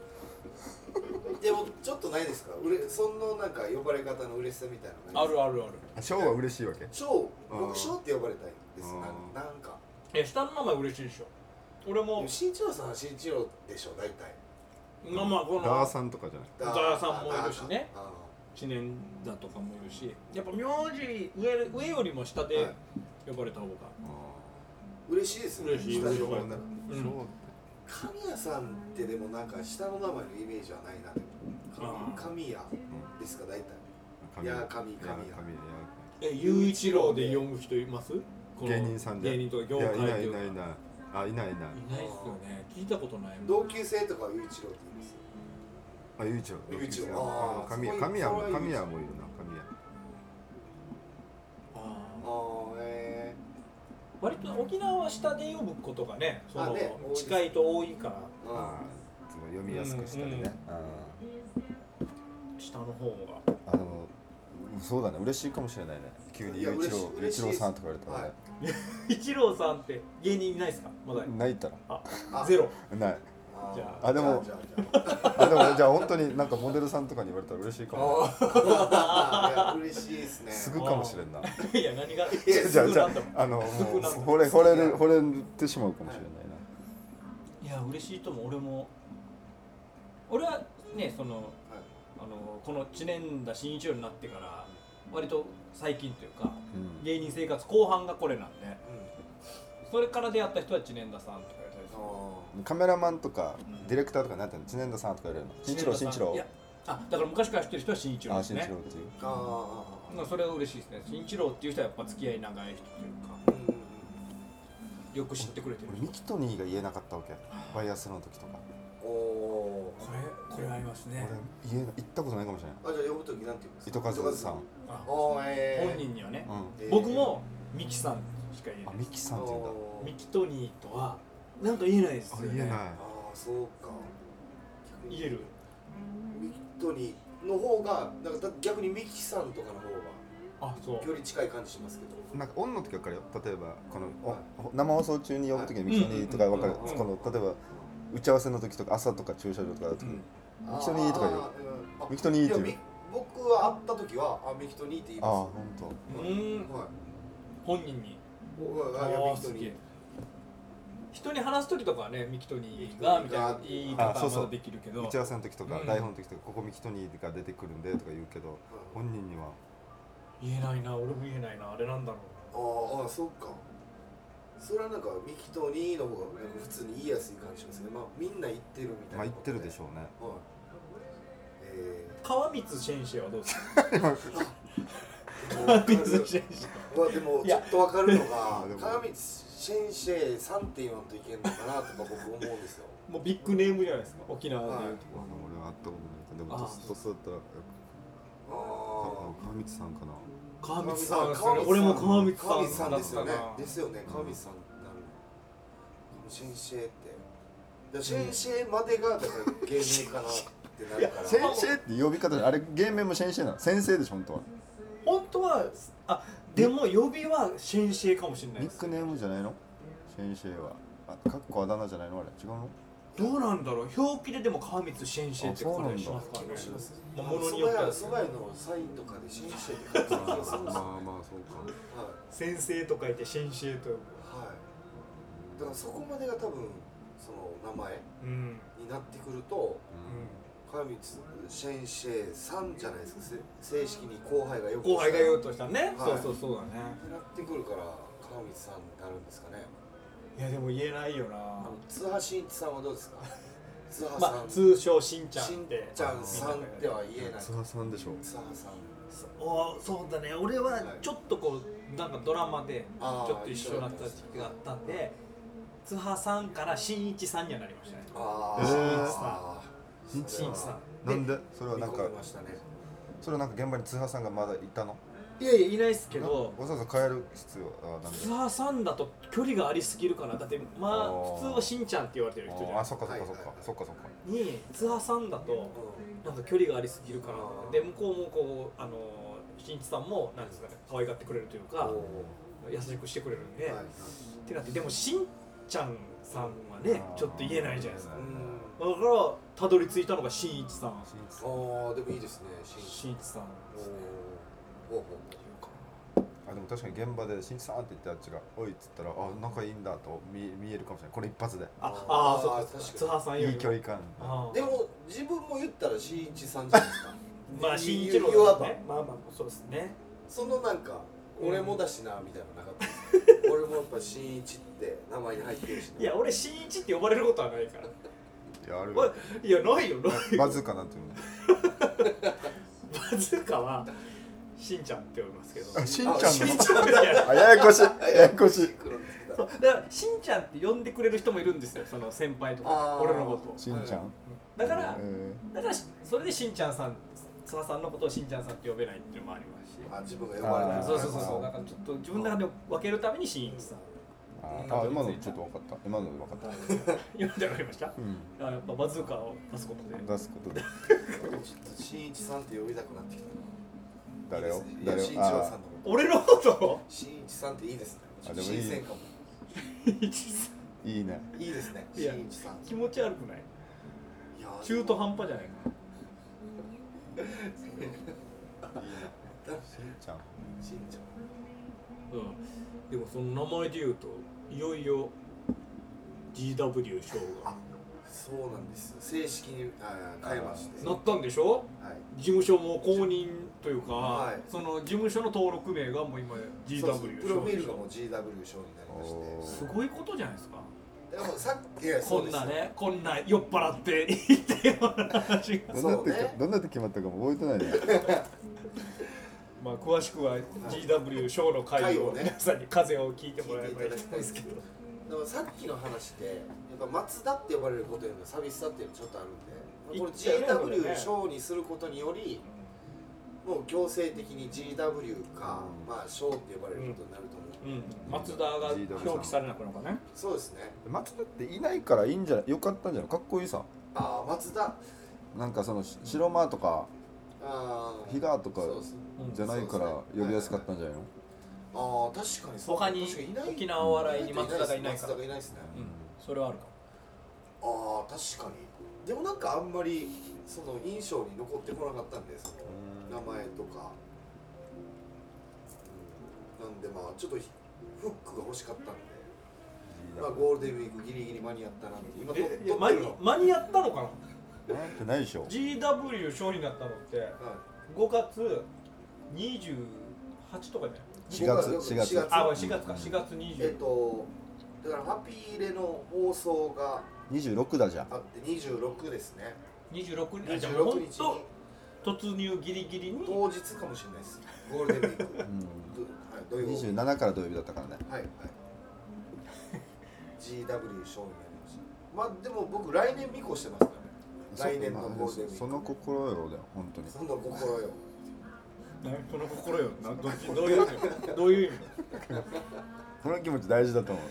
[SPEAKER 3] でもちょっとないですかうれそのなんか呼ばれ方の嬉しさみたいなの
[SPEAKER 2] あ
[SPEAKER 3] ないです
[SPEAKER 2] るあるある
[SPEAKER 1] ショーは嬉しいわけ
[SPEAKER 3] 翔
[SPEAKER 1] あー
[SPEAKER 3] 僕翔って呼ばれたいんですよな
[SPEAKER 1] うん
[SPEAKER 3] なんか
[SPEAKER 5] え下の名前嬉しいでしょ俺
[SPEAKER 3] で
[SPEAKER 5] も
[SPEAKER 3] も新一郎さんは新一郎でしょ大体
[SPEAKER 5] まあまあこ
[SPEAKER 1] ラー
[SPEAKER 5] の
[SPEAKER 1] さんとかじゃない
[SPEAKER 3] だ
[SPEAKER 5] ダーさんもいるしね
[SPEAKER 3] ダーさんあ
[SPEAKER 2] 知念だとかもいるしやっぱ名字上上よりも下
[SPEAKER 3] ー
[SPEAKER 2] で
[SPEAKER 3] はい
[SPEAKER 2] 呼ばれた方が
[SPEAKER 3] 嬉しいですよね
[SPEAKER 5] 嬉しい
[SPEAKER 3] 下で呼ばれたら
[SPEAKER 1] シ
[SPEAKER 2] うん
[SPEAKER 1] ョー
[SPEAKER 3] 神谷さんってでもなんか下の名前のイメージはないなでも
[SPEAKER 2] あー
[SPEAKER 3] 神谷ですか大体いや神神
[SPEAKER 1] いや
[SPEAKER 2] え雄一郎で読む人いますこの
[SPEAKER 1] 芸人さんで
[SPEAKER 2] 芸人とか業
[SPEAKER 1] 神い
[SPEAKER 2] 界
[SPEAKER 1] や
[SPEAKER 2] と
[SPEAKER 1] い
[SPEAKER 2] か
[SPEAKER 1] ないいないいいないあいないいない
[SPEAKER 2] ないっすよね聞いたことない
[SPEAKER 3] 同級生とかは雄一郎って言います
[SPEAKER 1] あゆうちゃん
[SPEAKER 3] ゆうちゃんあー
[SPEAKER 1] 神
[SPEAKER 3] そ
[SPEAKER 1] 谷
[SPEAKER 3] こ
[SPEAKER 1] 神谷も
[SPEAKER 3] そこは
[SPEAKER 1] 神谷もいるな神谷
[SPEAKER 2] あー
[SPEAKER 3] ああえ
[SPEAKER 2] 割と沖縄は下で呼ぶことがねそ
[SPEAKER 3] あ
[SPEAKER 2] の
[SPEAKER 3] ね
[SPEAKER 2] 近いと多いから
[SPEAKER 3] ーあ
[SPEAKER 1] あーすごい読みやすくしたりね
[SPEAKER 2] 下の方
[SPEAKER 1] う
[SPEAKER 2] が
[SPEAKER 1] んあでもそうだね嬉しいかもしれないね急に
[SPEAKER 3] いや
[SPEAKER 1] ゆうちろうゆう
[SPEAKER 3] 嬉し
[SPEAKER 1] ち
[SPEAKER 3] い
[SPEAKER 1] ろうさんとか言われたら
[SPEAKER 3] はい
[SPEAKER 1] ね
[SPEAKER 5] 一郎さんって芸人いないですかまだ
[SPEAKER 1] ないった
[SPEAKER 3] あ
[SPEAKER 5] ゼロ
[SPEAKER 1] らない
[SPEAKER 3] ー
[SPEAKER 2] じゃ
[SPEAKER 1] あでも
[SPEAKER 3] じゃあじゃあじゃ
[SPEAKER 1] あでもじゃあ本当になんかモデルさんとかに言われたら嬉しいかも
[SPEAKER 3] あいや嬉しいですね
[SPEAKER 1] すぐかもしれんな
[SPEAKER 5] いや何が
[SPEAKER 1] じゃあじゃあじゃああのもう惚れ惚れる惚れてしまうかもしれないない
[SPEAKER 5] や嬉しいとも俺も
[SPEAKER 2] 俺はねその
[SPEAKER 3] はい
[SPEAKER 2] あのこの知念田新一郎になってから割と最近というか
[SPEAKER 1] うん
[SPEAKER 2] 芸人生活後半がこれなんで
[SPEAKER 3] うん
[SPEAKER 2] それから出会った人は知念田さんとか言われたりする
[SPEAKER 3] あ
[SPEAKER 1] カメラマンとかディレクターとかなんていうの知念田さんとか言われるの新一郎新一
[SPEAKER 2] い
[SPEAKER 1] 郎
[SPEAKER 2] やあだから昔から知ってる人は新一郎
[SPEAKER 1] あ
[SPEAKER 2] です
[SPEAKER 1] 新一
[SPEAKER 2] ね
[SPEAKER 1] 郎っていう
[SPEAKER 3] ーあー
[SPEAKER 2] まあそれは嬉しいですね新一郎っていう人はやっぱ付き合い長い人というか
[SPEAKER 3] うんうんうん
[SPEAKER 2] よく知ってくれてる
[SPEAKER 1] 俺
[SPEAKER 2] 人
[SPEAKER 1] ミキトニーが言えなかったわけバイアスの時とか
[SPEAKER 3] お
[SPEAKER 2] これこれあります
[SPEAKER 1] 俺
[SPEAKER 2] ね
[SPEAKER 1] 言えな言ったことないかもしれない
[SPEAKER 3] ーあじゃあ呼ぶときなんて言うんです
[SPEAKER 1] 糸
[SPEAKER 3] か
[SPEAKER 1] 数さん、うん、
[SPEAKER 2] あ
[SPEAKER 3] おーえー
[SPEAKER 2] 本人にはね
[SPEAKER 3] えー
[SPEAKER 2] 僕もミキさんしか言えな
[SPEAKER 1] あ
[SPEAKER 2] い
[SPEAKER 1] ミキさんって言うんだ
[SPEAKER 3] おー
[SPEAKER 5] ミキトニーとはなんか言えないです
[SPEAKER 1] あ
[SPEAKER 5] よね
[SPEAKER 1] 言えない
[SPEAKER 3] ああそうか
[SPEAKER 5] 言える
[SPEAKER 3] ミキトニーの方がなんかだ逆にミキさんとかの方が
[SPEAKER 2] あそう
[SPEAKER 3] 距離近い感じしますけど
[SPEAKER 1] なんかオンの時は分かるよ例えばこのお生放送中に呼ぶ時にミキトニーとか
[SPEAKER 2] う
[SPEAKER 1] 分
[SPEAKER 2] ん
[SPEAKER 1] かる
[SPEAKER 3] うん
[SPEAKER 1] この例えば打ち合わせの時とか朝とか駐車場とかの時
[SPEAKER 2] うん
[SPEAKER 1] ミキトニーとか言う
[SPEAKER 3] あーうん
[SPEAKER 1] ミキトニーって言う
[SPEAKER 3] いやみ僕は会った時はあミキトニーって言い
[SPEAKER 1] ああ
[SPEAKER 3] ま
[SPEAKER 1] 本当
[SPEAKER 3] す
[SPEAKER 2] う
[SPEAKER 3] はい
[SPEAKER 2] ーん
[SPEAKER 3] はい
[SPEAKER 2] 本人に
[SPEAKER 3] おあいや
[SPEAKER 2] あー
[SPEAKER 3] ミキト
[SPEAKER 2] すげ
[SPEAKER 3] ニ
[SPEAKER 2] え人に話す時とかはねミキトニーがみたいな言い方
[SPEAKER 1] あそう
[SPEAKER 2] は
[SPEAKER 1] そう
[SPEAKER 2] まだできるけど
[SPEAKER 1] 打ち合わせの時とか
[SPEAKER 2] うん
[SPEAKER 1] 台本の時とかここミキトニーが出てくるんでとか言うけど
[SPEAKER 3] ー
[SPEAKER 1] 本人には
[SPEAKER 2] 言えないな俺も言えないなあれなんだろ
[SPEAKER 3] あーあーそっかそれはなんかミキとニーの方がなんか普通に言いやすい感じしますねまあみんな言ってるみたい
[SPEAKER 1] まあ
[SPEAKER 3] な
[SPEAKER 1] 言ってるでし
[SPEAKER 3] ょ
[SPEAKER 1] ょうね
[SPEAKER 3] はいえ
[SPEAKER 2] 川光シェンシェはどうですか
[SPEAKER 3] ー、
[SPEAKER 2] 川光シェンシェ
[SPEAKER 3] まあでもちょっとわかるのが
[SPEAKER 1] いや
[SPEAKER 3] 川光先生3.4といけんのかなとか僕思うんですよ
[SPEAKER 2] もうビッグネームじゃないですか沖縄でいう
[SPEAKER 1] あの俺は会ったことないでも
[SPEAKER 2] あー
[SPEAKER 1] 年年だったらやっ
[SPEAKER 3] あ
[SPEAKER 1] ぱあ
[SPEAKER 3] ー
[SPEAKER 1] 川光さんかな
[SPEAKER 2] 川光さん
[SPEAKER 3] 川光
[SPEAKER 2] 俺も川光さん
[SPEAKER 3] 川光さんですよね
[SPEAKER 2] だったな
[SPEAKER 3] ですよね川光さんになる先生ってだ先生までがだから芸人かなってなるから
[SPEAKER 1] 先生って呼び方であれ芸名も先生なの先生でしょ本当は
[SPEAKER 5] 本当はあでも呼びはシェンシェかもしれない
[SPEAKER 1] ニ
[SPEAKER 5] で
[SPEAKER 1] ッ
[SPEAKER 5] す
[SPEAKER 1] クネームじゃないの先生はあかっこあだ名じゃないのあれ違う
[SPEAKER 5] ど
[SPEAKER 1] の
[SPEAKER 5] うなんだろう表記ででも川光シェンシェって書かれたりしますから
[SPEAKER 3] 気
[SPEAKER 5] ね
[SPEAKER 3] もします
[SPEAKER 5] まあものによっては
[SPEAKER 3] そば屋のサインとかで先生って書いてある気がするんですよ
[SPEAKER 1] あまあそうか
[SPEAKER 3] はい
[SPEAKER 5] 先生と書いてシェンシェと
[SPEAKER 3] はいだからそこまでが多分その名前
[SPEAKER 5] うん
[SPEAKER 3] になってくると川光先生さんじゃないですかせ正式に後輩がよく
[SPEAKER 2] 後輩が言おうとしたね、
[SPEAKER 3] はい
[SPEAKER 2] そうそうそうだね
[SPEAKER 3] なってくるから川光さんになるんですかね
[SPEAKER 5] いやでも言えないよ
[SPEAKER 3] あ
[SPEAKER 5] な
[SPEAKER 3] の津波真一さんはどうで すか津波さ
[SPEAKER 5] ま
[SPEAKER 3] ん
[SPEAKER 5] あ通称しんちゃんっ
[SPEAKER 3] しん
[SPEAKER 5] て
[SPEAKER 3] ちゃんさんでは言えない
[SPEAKER 1] 津波さんでしょ
[SPEAKER 3] 津波さん
[SPEAKER 5] おそうだね俺はちょっとこうなんかドラマでち
[SPEAKER 3] あー
[SPEAKER 5] ょっと一緒になった時期があったんで津波さんからしんいちさんにはなりましたね
[SPEAKER 3] ああ
[SPEAKER 1] へー
[SPEAKER 3] あー
[SPEAKER 1] 日
[SPEAKER 3] それは
[SPEAKER 6] さ
[SPEAKER 1] なんでそれは
[SPEAKER 3] 見
[SPEAKER 1] なんか
[SPEAKER 3] 込みましたね
[SPEAKER 1] それはなんか現場に通販さんがまだいたの
[SPEAKER 2] いやいやいないですけど
[SPEAKER 1] わざわざ変える必要はなんで
[SPEAKER 2] ツアーさんだと距離がありすぎるかなだってま
[SPEAKER 1] あ
[SPEAKER 2] あ
[SPEAKER 1] ー
[SPEAKER 2] 普通はしんちゃんって言われてる人じゃ
[SPEAKER 1] あ
[SPEAKER 2] な
[SPEAKER 1] あ
[SPEAKER 2] い
[SPEAKER 1] そっかそっかそっ
[SPEAKER 3] はい
[SPEAKER 1] か
[SPEAKER 3] はいはい
[SPEAKER 1] そっかそっか
[SPEAKER 2] にツアーさんだとなんか距離がありすぎるかな
[SPEAKER 3] あー
[SPEAKER 2] で向こうもこうあのしんいちさんもなんですかね可愛がってくれるというか優しくしてくれるんで、
[SPEAKER 3] はい
[SPEAKER 2] ってなってでもしんちゃんさんはね
[SPEAKER 1] あー
[SPEAKER 2] ちょっと言えないじゃないですか
[SPEAKER 3] う
[SPEAKER 2] だか
[SPEAKER 3] ん
[SPEAKER 2] らたどり着いたのがしんいちさん
[SPEAKER 1] 新一
[SPEAKER 3] ああでもいいですね新
[SPEAKER 2] しんいちさんっていう
[SPEAKER 3] おお
[SPEAKER 2] か
[SPEAKER 1] あでも確かに現場で「新一さん」って言ってあっちが「おい」っつったら「あ仲いいんだ」と見見えるかもしれないこれ一発で
[SPEAKER 2] あ
[SPEAKER 3] あ
[SPEAKER 2] あ
[SPEAKER 3] ー
[SPEAKER 2] ーそうか
[SPEAKER 3] 確かに
[SPEAKER 2] ツアーさんより
[SPEAKER 1] いい距離感
[SPEAKER 2] あー
[SPEAKER 3] でも自分も言ったら新一さんじゃないですか
[SPEAKER 2] まあ新一郎
[SPEAKER 3] いわ
[SPEAKER 2] だ
[SPEAKER 3] ば
[SPEAKER 2] ねまあまあそうですね
[SPEAKER 3] そのなんか俺もだしなみたいなのなかったです か俺もやっぱ新一って名前に入ってるしない
[SPEAKER 2] や俺新一って呼ばれることはないから
[SPEAKER 1] いやある
[SPEAKER 2] おい
[SPEAKER 1] よ
[SPEAKER 2] いやないよないよ
[SPEAKER 1] バズーカなんていうの
[SPEAKER 2] バズーカはしんちゃんって呼びますけど
[SPEAKER 1] あしんちゃん
[SPEAKER 3] あしんちゃん
[SPEAKER 2] いや
[SPEAKER 1] あややこしいややこしい
[SPEAKER 3] 黒のつけた
[SPEAKER 2] そうだからしんちゃんって呼んでくれる人もいるんですよその先輩と
[SPEAKER 3] あ
[SPEAKER 2] か
[SPEAKER 3] ー
[SPEAKER 2] 俺のことを
[SPEAKER 1] しんちゃん
[SPEAKER 2] だから
[SPEAKER 1] え
[SPEAKER 2] だからしそれでしんちゃんさん諏訪さんのことをしんちゃんさんって呼べないっていうのもありますし
[SPEAKER 3] あ自分が呼ばれ
[SPEAKER 1] あ
[SPEAKER 3] た
[SPEAKER 1] ー
[SPEAKER 2] そうそうそうそ
[SPEAKER 1] あー
[SPEAKER 2] うだからちょっと自分の中で分けるためにしんいちさん
[SPEAKER 1] ーああ今のちょっと分かった今ので分かった
[SPEAKER 2] 読んでわかりました
[SPEAKER 1] うん
[SPEAKER 2] あやっぱバズーカを出すことで
[SPEAKER 1] 出すことで
[SPEAKER 3] ちょっと新一さんって呼びたくなってきた
[SPEAKER 1] 誰を
[SPEAKER 3] いいですねいや
[SPEAKER 1] 誰を
[SPEAKER 3] 新一郎
[SPEAKER 1] あ
[SPEAKER 3] さんのこと
[SPEAKER 2] 俺のことを
[SPEAKER 3] 新一さんっていいですね
[SPEAKER 1] あでもいい
[SPEAKER 3] 新鮮かも
[SPEAKER 2] いちさん
[SPEAKER 1] ーいいね
[SPEAKER 3] いいですね
[SPEAKER 2] いや
[SPEAKER 3] 新一さん
[SPEAKER 2] 気持ち悪くない
[SPEAKER 3] いやー
[SPEAKER 2] 中途半端じゃないか
[SPEAKER 1] しんちゃん
[SPEAKER 3] 新ちゃん
[SPEAKER 2] うんでもその名前で言うといよいよ GW 賞が
[SPEAKER 3] そうなんです正式にあー変えまして
[SPEAKER 2] な
[SPEAKER 3] は
[SPEAKER 2] ったんでしょ
[SPEAKER 3] い
[SPEAKER 2] 事務所も公認というか、
[SPEAKER 3] はい
[SPEAKER 2] その事務所の登録名がもう今
[SPEAKER 3] そうそう
[SPEAKER 2] GW
[SPEAKER 3] プロフィールがもう GW 賞になりまして
[SPEAKER 1] おー
[SPEAKER 2] すごいことじゃないですか
[SPEAKER 3] でもさっきいやそ
[SPEAKER 2] こ
[SPEAKER 3] うんです
[SPEAKER 2] なねこんな酔っ払って言ったような話が
[SPEAKER 1] どんなって
[SPEAKER 3] そうね
[SPEAKER 1] どんなって決まったかも覚えてないね
[SPEAKER 2] まあ詳しくは GW ショーの回を皆さんに風を聞いてもらえばいいと思うんですけど
[SPEAKER 3] でもさっきの話でやっぱ松田って呼ばれることへの寂しさっていうのちょっとあるんでこれ
[SPEAKER 2] 言ってないもんね
[SPEAKER 3] GW 賞にすることによりもう強制的に GW か、
[SPEAKER 1] うん
[SPEAKER 3] まあ賞って呼ばれることになる
[SPEAKER 2] う
[SPEAKER 3] と思う、
[SPEAKER 2] ん松田が表記されなくなるのかね
[SPEAKER 3] そうですね
[SPEAKER 1] 松田っていないからいいんじゃないよかったんじゃないかっこいいさ
[SPEAKER 3] ああ松田あ
[SPEAKER 1] なんかそのし白間とか
[SPEAKER 3] あ
[SPEAKER 1] 比嘉とか
[SPEAKER 3] そうです
[SPEAKER 1] じゃないから呼びやすかったんじゃないの
[SPEAKER 3] ああ確かにそう
[SPEAKER 2] 他に
[SPEAKER 3] 確かいない
[SPEAKER 2] 沖縄お笑いに松田がいないか
[SPEAKER 3] 松
[SPEAKER 2] ら
[SPEAKER 3] 田がいないですね、
[SPEAKER 2] うんそれはあるかも
[SPEAKER 3] ああ確かにでもなんかあんまりその印象に残ってこなかったんでその名前とか、うんなんでまあちょっとひフックが欲しかったんで、まあ、ゴールデンウィークギリギリ間に合ったなって今と
[SPEAKER 2] えいや
[SPEAKER 3] 撮
[SPEAKER 2] 間
[SPEAKER 3] ってる
[SPEAKER 2] に
[SPEAKER 3] の
[SPEAKER 2] 間に合ったのかな
[SPEAKER 1] なんてないでしょ
[SPEAKER 2] GW 賞になったのって
[SPEAKER 3] は
[SPEAKER 2] 5月28とかじゃない
[SPEAKER 1] 4月
[SPEAKER 3] 僕は
[SPEAKER 1] 4月
[SPEAKER 3] 4
[SPEAKER 2] あ、4月か、4月
[SPEAKER 3] いえ
[SPEAKER 2] 20。
[SPEAKER 3] っとだからハピーレの放送が
[SPEAKER 1] 26だじゃん
[SPEAKER 3] あって26ですね
[SPEAKER 2] 26日、あじゃあ
[SPEAKER 3] 26
[SPEAKER 2] 本
[SPEAKER 3] 日に
[SPEAKER 2] 当突入ギリギリに。
[SPEAKER 3] 当日かもしれないですゴールデンウ ィーク、
[SPEAKER 1] うん
[SPEAKER 3] どはい、土曜日
[SPEAKER 1] 27から土曜日だったからね
[SPEAKER 3] はいはい GW 賞になりましたまあでも僕来年見越してますからね来年のゴールデンウィーク
[SPEAKER 1] その心よだよ本当に
[SPEAKER 3] その心よ
[SPEAKER 2] 何その心よ。などっちどういう意味？どういう意味？
[SPEAKER 1] その気持ち大事だと思う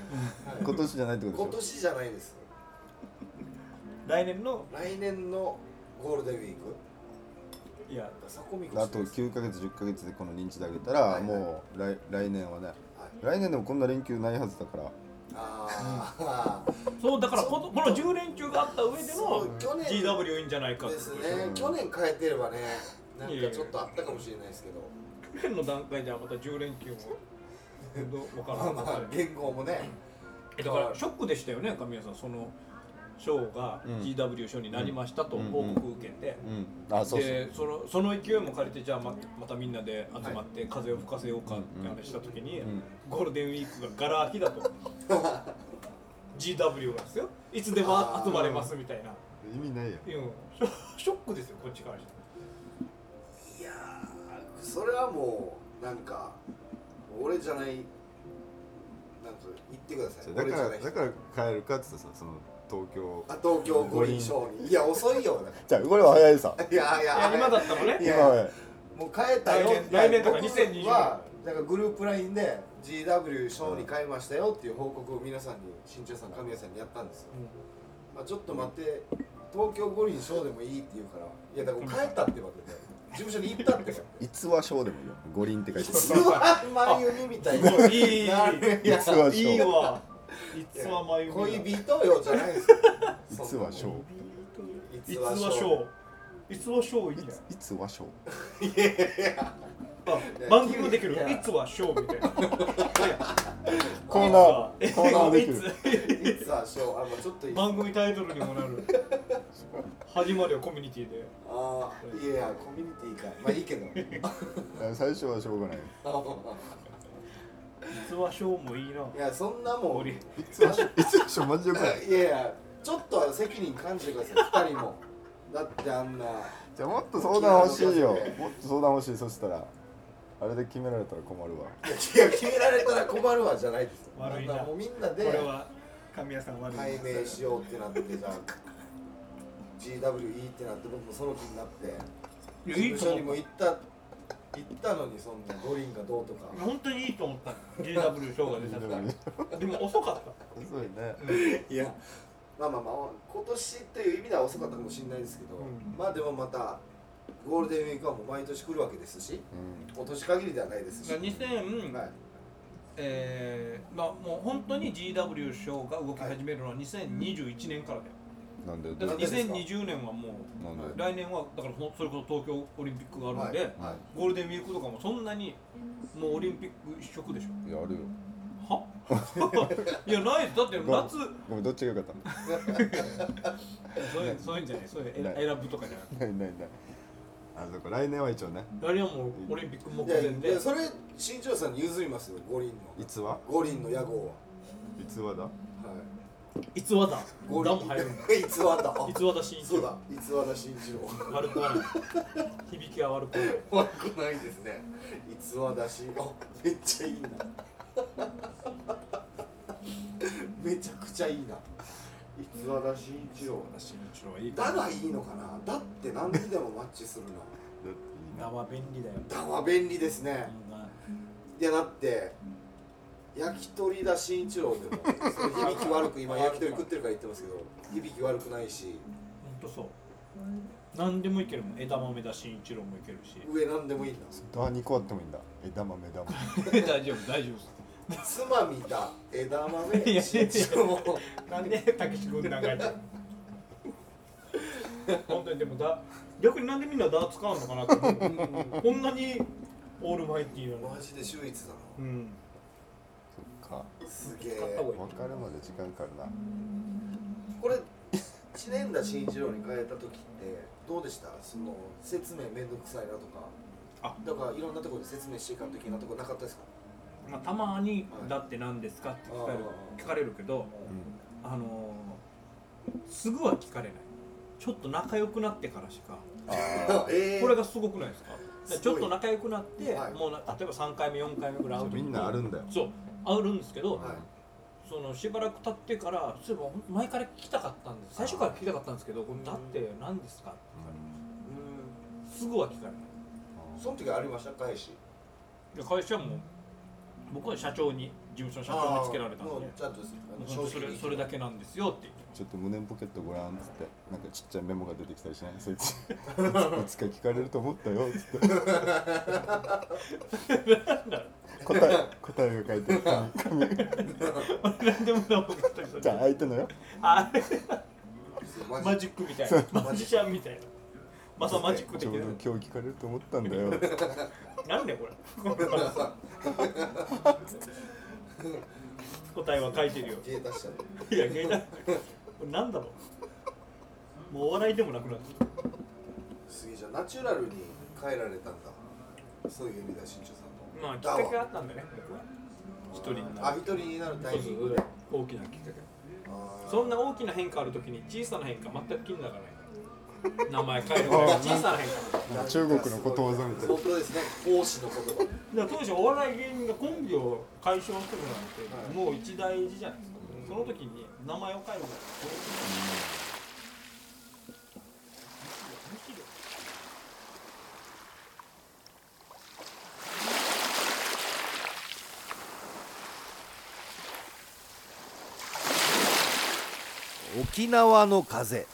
[SPEAKER 1] 今年じゃないってこと
[SPEAKER 3] 今
[SPEAKER 1] でし
[SPEAKER 3] 年じゃないです
[SPEAKER 2] 来年の
[SPEAKER 3] 来年のゴールデンウィーク
[SPEAKER 2] いや、
[SPEAKER 3] そこ見越
[SPEAKER 1] ょあ
[SPEAKER 3] して
[SPEAKER 1] と
[SPEAKER 3] ます
[SPEAKER 1] 9ヶ月10ヶ月でこの認知で上げた
[SPEAKER 3] はいは
[SPEAKER 1] ら
[SPEAKER 3] い
[SPEAKER 1] もう来来年はね
[SPEAKER 3] はい
[SPEAKER 1] 来年でもこんな連休ないはずだから
[SPEAKER 3] あ
[SPEAKER 2] そうだからこのこの10連中があった上で
[SPEAKER 3] そ
[SPEAKER 2] の
[SPEAKER 3] う去年
[SPEAKER 2] GW いいんじゃないか
[SPEAKER 3] あ
[SPEAKER 2] って
[SPEAKER 3] で
[SPEAKER 2] こ
[SPEAKER 3] す
[SPEAKER 2] と
[SPEAKER 3] ね
[SPEAKER 2] でしょ。
[SPEAKER 3] 去年変えてればねなんかちょっとあったかもしれないですけど
[SPEAKER 2] 去年の段階ではまた10連休も。どうわか
[SPEAKER 3] まあ
[SPEAKER 2] ら
[SPEAKER 3] ま
[SPEAKER 2] な
[SPEAKER 3] あ
[SPEAKER 2] かった。
[SPEAKER 3] 言語もね
[SPEAKER 2] えだからショックでしたよね、神谷さん。その賞が
[SPEAKER 1] うん
[SPEAKER 2] GW 賞になりましたと報告受けて。
[SPEAKER 1] うんあそうそう
[SPEAKER 2] でそのその勢いも借りてじゃあままたみんなで集まって風を吹かせようかって話した時に、
[SPEAKER 1] うん
[SPEAKER 2] ゴールデンウィークがガラ空きだと GW がですよいつでも集まれますみたいな、
[SPEAKER 1] 意味ないよ
[SPEAKER 2] うんショショックですよこっちからした
[SPEAKER 3] いやーそれはもうなんか俺じゃないなんか言ってください
[SPEAKER 1] だか
[SPEAKER 3] 俺じゃ
[SPEAKER 1] ら
[SPEAKER 3] ない人
[SPEAKER 1] だから変えるかって言ったらさその東京
[SPEAKER 3] あ東京五輪勝利いや遅いよ
[SPEAKER 1] じゃあこれは早いさ
[SPEAKER 3] いやい
[SPEAKER 2] い
[SPEAKER 3] や
[SPEAKER 2] や今だったのね
[SPEAKER 1] 今
[SPEAKER 3] いや
[SPEAKER 1] は
[SPEAKER 3] もう変えたよ
[SPEAKER 2] 来年来年とか
[SPEAKER 3] 僕
[SPEAKER 2] 2020
[SPEAKER 3] はなんかグループラインで GW 賞に変えましたよっていう報告を皆さんに新潮さん神谷さんにやったんですよ、まあ、ちょっと待って東京五輪賞でもいいって言うからいやだから帰ったってわけで事務所に行っ たって
[SPEAKER 1] 逸話賞でもいいよ五輪って書いて
[SPEAKER 3] うわ万由にみたいな
[SPEAKER 2] うんいいいいいい
[SPEAKER 1] ある逸話
[SPEAKER 2] いい
[SPEAKER 1] 賞
[SPEAKER 2] わいつは迷う
[SPEAKER 3] 恋人よじゃないですよ
[SPEAKER 1] 逸話賞
[SPEAKER 2] い
[SPEAKER 3] 逸
[SPEAKER 2] つ
[SPEAKER 3] 話
[SPEAKER 2] はシ
[SPEAKER 3] 賞
[SPEAKER 2] ョーいつはショーいいんじゃない
[SPEAKER 1] 逸話賞
[SPEAKER 2] あ番組もできる
[SPEAKER 3] いや
[SPEAKER 2] いつはショーみたいな
[SPEAKER 1] コーナーコーナーできる
[SPEAKER 2] る
[SPEAKER 3] 逸話賞あもうちょっといい
[SPEAKER 2] 番組タイトルにもなる始まりはコミュニティで
[SPEAKER 3] ああいやいやコミュニティかまあいい けど
[SPEAKER 1] 最初はしょうがない
[SPEAKER 2] いつはショーもいいない
[SPEAKER 3] やそんなもん
[SPEAKER 2] 俺
[SPEAKER 3] 逸話賞
[SPEAKER 1] 逸話賞マジでよくない
[SPEAKER 3] いやいやちょっとは責任感じてください二人もだってあんな
[SPEAKER 1] じゃあもっと相談欲しいよもっと相談欲しいそしたらあれで決められたら困るわ
[SPEAKER 3] いや決められたら困るわじゃないですよ
[SPEAKER 2] 悪い
[SPEAKER 3] ん
[SPEAKER 2] な
[SPEAKER 3] かもうみんな
[SPEAKER 2] こ
[SPEAKER 3] で
[SPEAKER 2] れは神谷さん悪いな
[SPEAKER 3] 解明しようってなってじゃあ GWE ってなって僕もその気になって
[SPEAKER 2] いや
[SPEAKER 3] 事
[SPEAKER 2] いい
[SPEAKER 3] 務
[SPEAKER 2] と
[SPEAKER 3] 所に
[SPEAKER 2] 思
[SPEAKER 3] も
[SPEAKER 2] う
[SPEAKER 3] 行った行ったのにそんな五輪がどうとか
[SPEAKER 2] 本当にいいと思った JW ショーが出ちゃったからでも遅かった
[SPEAKER 1] 遅いね
[SPEAKER 3] いやまあまあまあ今年という意味では遅かったかもしれないですけど、
[SPEAKER 2] うん
[SPEAKER 3] まあでもまたゴールデンウィークはもう毎年来るわけですし今年限りではないですし、
[SPEAKER 2] だから2000、
[SPEAKER 3] はい
[SPEAKER 2] えーまあもう本当に GW ショーが動き始めるのは2021年からだよ
[SPEAKER 1] うんなんでな
[SPEAKER 2] だか
[SPEAKER 1] ん
[SPEAKER 2] ら
[SPEAKER 1] で
[SPEAKER 2] 2020年はも
[SPEAKER 1] なん
[SPEAKER 2] う
[SPEAKER 1] で
[SPEAKER 2] 来年はだからほんそれこそ東京オリンピックがあるんで、
[SPEAKER 1] は
[SPEAKER 2] ゴールデンウィークとかもそんなにもうオリンピック一色でしょ
[SPEAKER 1] いやるよ
[SPEAKER 2] は いやないですだって夏
[SPEAKER 1] ごめんどっちが良かった
[SPEAKER 2] そういうそういうんじゃないそういう選選ぶとかじゃなくて
[SPEAKER 1] ないないないあそこ来年は一応ね
[SPEAKER 2] 来年はもうオリンピック目
[SPEAKER 3] いや
[SPEAKER 2] 前
[SPEAKER 3] い
[SPEAKER 2] で
[SPEAKER 3] やそれ新庄さんに譲りますよ五輪の
[SPEAKER 1] 逸話
[SPEAKER 3] 五輪の屋号
[SPEAKER 1] 逸話だ
[SPEAKER 3] は、はい
[SPEAKER 2] 逸話だ
[SPEAKER 3] 五
[SPEAKER 2] ダ
[SPEAKER 3] 輪
[SPEAKER 2] も入る んだ
[SPEAKER 3] いつわだ
[SPEAKER 2] 逸話だ新
[SPEAKER 3] そう
[SPEAKER 2] 一
[SPEAKER 3] だいつわだ新次郎
[SPEAKER 2] 悪く はない響きは悪くはない
[SPEAKER 3] 怖くないですねいつわだ新郎めっちゃいいな めちゃくちゃいいないつわだ新次郎
[SPEAKER 2] 私の一郎はいい
[SPEAKER 3] だがいいのかなだって何にでもマッチするな
[SPEAKER 1] だって
[SPEAKER 2] 名は便利だよ
[SPEAKER 3] だは便利ですね
[SPEAKER 2] うん
[SPEAKER 3] いやだって焼き鳥だ新一郎でもその響き悪く今焼き鳥食ってるから言ってますけど響き悪くないし
[SPEAKER 2] ほんとそう何でもいけるもん枝豆だ新一郎もいけるし
[SPEAKER 3] 上なんでもいいんだ
[SPEAKER 1] ドア2個あってもいいんだ枝豆枝豆
[SPEAKER 2] 大丈夫大丈夫です
[SPEAKER 3] つまみだ枝
[SPEAKER 2] い
[SPEAKER 3] 豆
[SPEAKER 2] や
[SPEAKER 3] 新一郎
[SPEAKER 2] なんでたけし君長いの本当にでもだ逆になんでみんなダーツ買うのかなって思うこんなにオールマイティーなの
[SPEAKER 3] マジで秀逸だ
[SPEAKER 2] う
[SPEAKER 3] なん
[SPEAKER 1] そっか
[SPEAKER 3] すげえ
[SPEAKER 2] 買った方がいい
[SPEAKER 1] 分かるまで時間かかるな
[SPEAKER 3] これ知念だ新一郎に変えた時ってどうでしたその説明めんどくさいなとか
[SPEAKER 2] あ
[SPEAKER 3] だからいろんなところで説明していかんといけないとこなかったですか
[SPEAKER 2] まあ、たまに「
[SPEAKER 3] はい
[SPEAKER 2] だって何ですか?」って聞かれる
[SPEAKER 3] あ
[SPEAKER 2] 聞
[SPEAKER 3] ー
[SPEAKER 2] かれるけど、あのーすぐは聞かれないちょっと仲良くなってからしか
[SPEAKER 1] あ
[SPEAKER 3] え
[SPEAKER 2] これ
[SPEAKER 3] が
[SPEAKER 2] がすごくないですか
[SPEAKER 3] すごい
[SPEAKER 2] ちょっと仲良くなって、
[SPEAKER 3] はい
[SPEAKER 2] もうな例えば3回目4回目ぐらい会う
[SPEAKER 1] ー
[SPEAKER 2] 時
[SPEAKER 1] み
[SPEAKER 2] に
[SPEAKER 1] んなあるんだよ
[SPEAKER 2] そうあるんですけど、
[SPEAKER 3] はい
[SPEAKER 2] そのしばらく経ってからそういえば前から聞きたかったんです最初から聞きたかったんですけど「これだって何ですか?」って聞かれる
[SPEAKER 3] う
[SPEAKER 2] すぐは聞かれない
[SPEAKER 3] んその時ありました返し
[SPEAKER 2] で会社も僕は社長に事務所の社長につけられたんで
[SPEAKER 3] あーも
[SPEAKER 2] も
[SPEAKER 3] うちゃんと
[SPEAKER 2] うそれそれだけなんですよって言 って
[SPEAKER 1] ちょっと胸ポケットごらんっつってなんかちっちゃいメモが出てきたりしないそいつ いつか聞かれると思ったよっつって答え答えが書いてる紙紙
[SPEAKER 2] 何でもなもんかったりする
[SPEAKER 1] じゃあ相手のよ
[SPEAKER 2] あれ
[SPEAKER 3] マ
[SPEAKER 2] マ
[SPEAKER 3] ジ
[SPEAKER 2] ジックみたいな
[SPEAKER 3] ジ
[SPEAKER 2] マジシャンみたいなまさマジック
[SPEAKER 1] ち
[SPEAKER 2] 的
[SPEAKER 1] ょうど
[SPEAKER 2] な
[SPEAKER 1] 今日聞かれると思ったんだよ
[SPEAKER 2] なんでこれ答えは書いてるよ
[SPEAKER 3] ゲー出 しちゃって
[SPEAKER 2] いや芸大これなんだろうもうお笑いでもなくなってきた
[SPEAKER 3] すげえじゃあナチュラルに変えられたんだそういう意味だ新庄さんの
[SPEAKER 2] まあきっかけがあったんだね僕は一人にな
[SPEAKER 3] あ
[SPEAKER 2] る
[SPEAKER 3] 一人になるタイミングで
[SPEAKER 2] 大きなきっかけ
[SPEAKER 3] あー
[SPEAKER 2] そんな大きな変化あるときに小さな変化全く気にならない名前変 えるから小さな変化
[SPEAKER 3] なんか
[SPEAKER 1] 中国のことわざみたいな
[SPEAKER 3] 本当ですね講師 の言葉
[SPEAKER 2] だから当時お笑い芸人がコンビを解消するなんてもう一大事じゃないですか、その時に名前を変える
[SPEAKER 3] 沖縄の風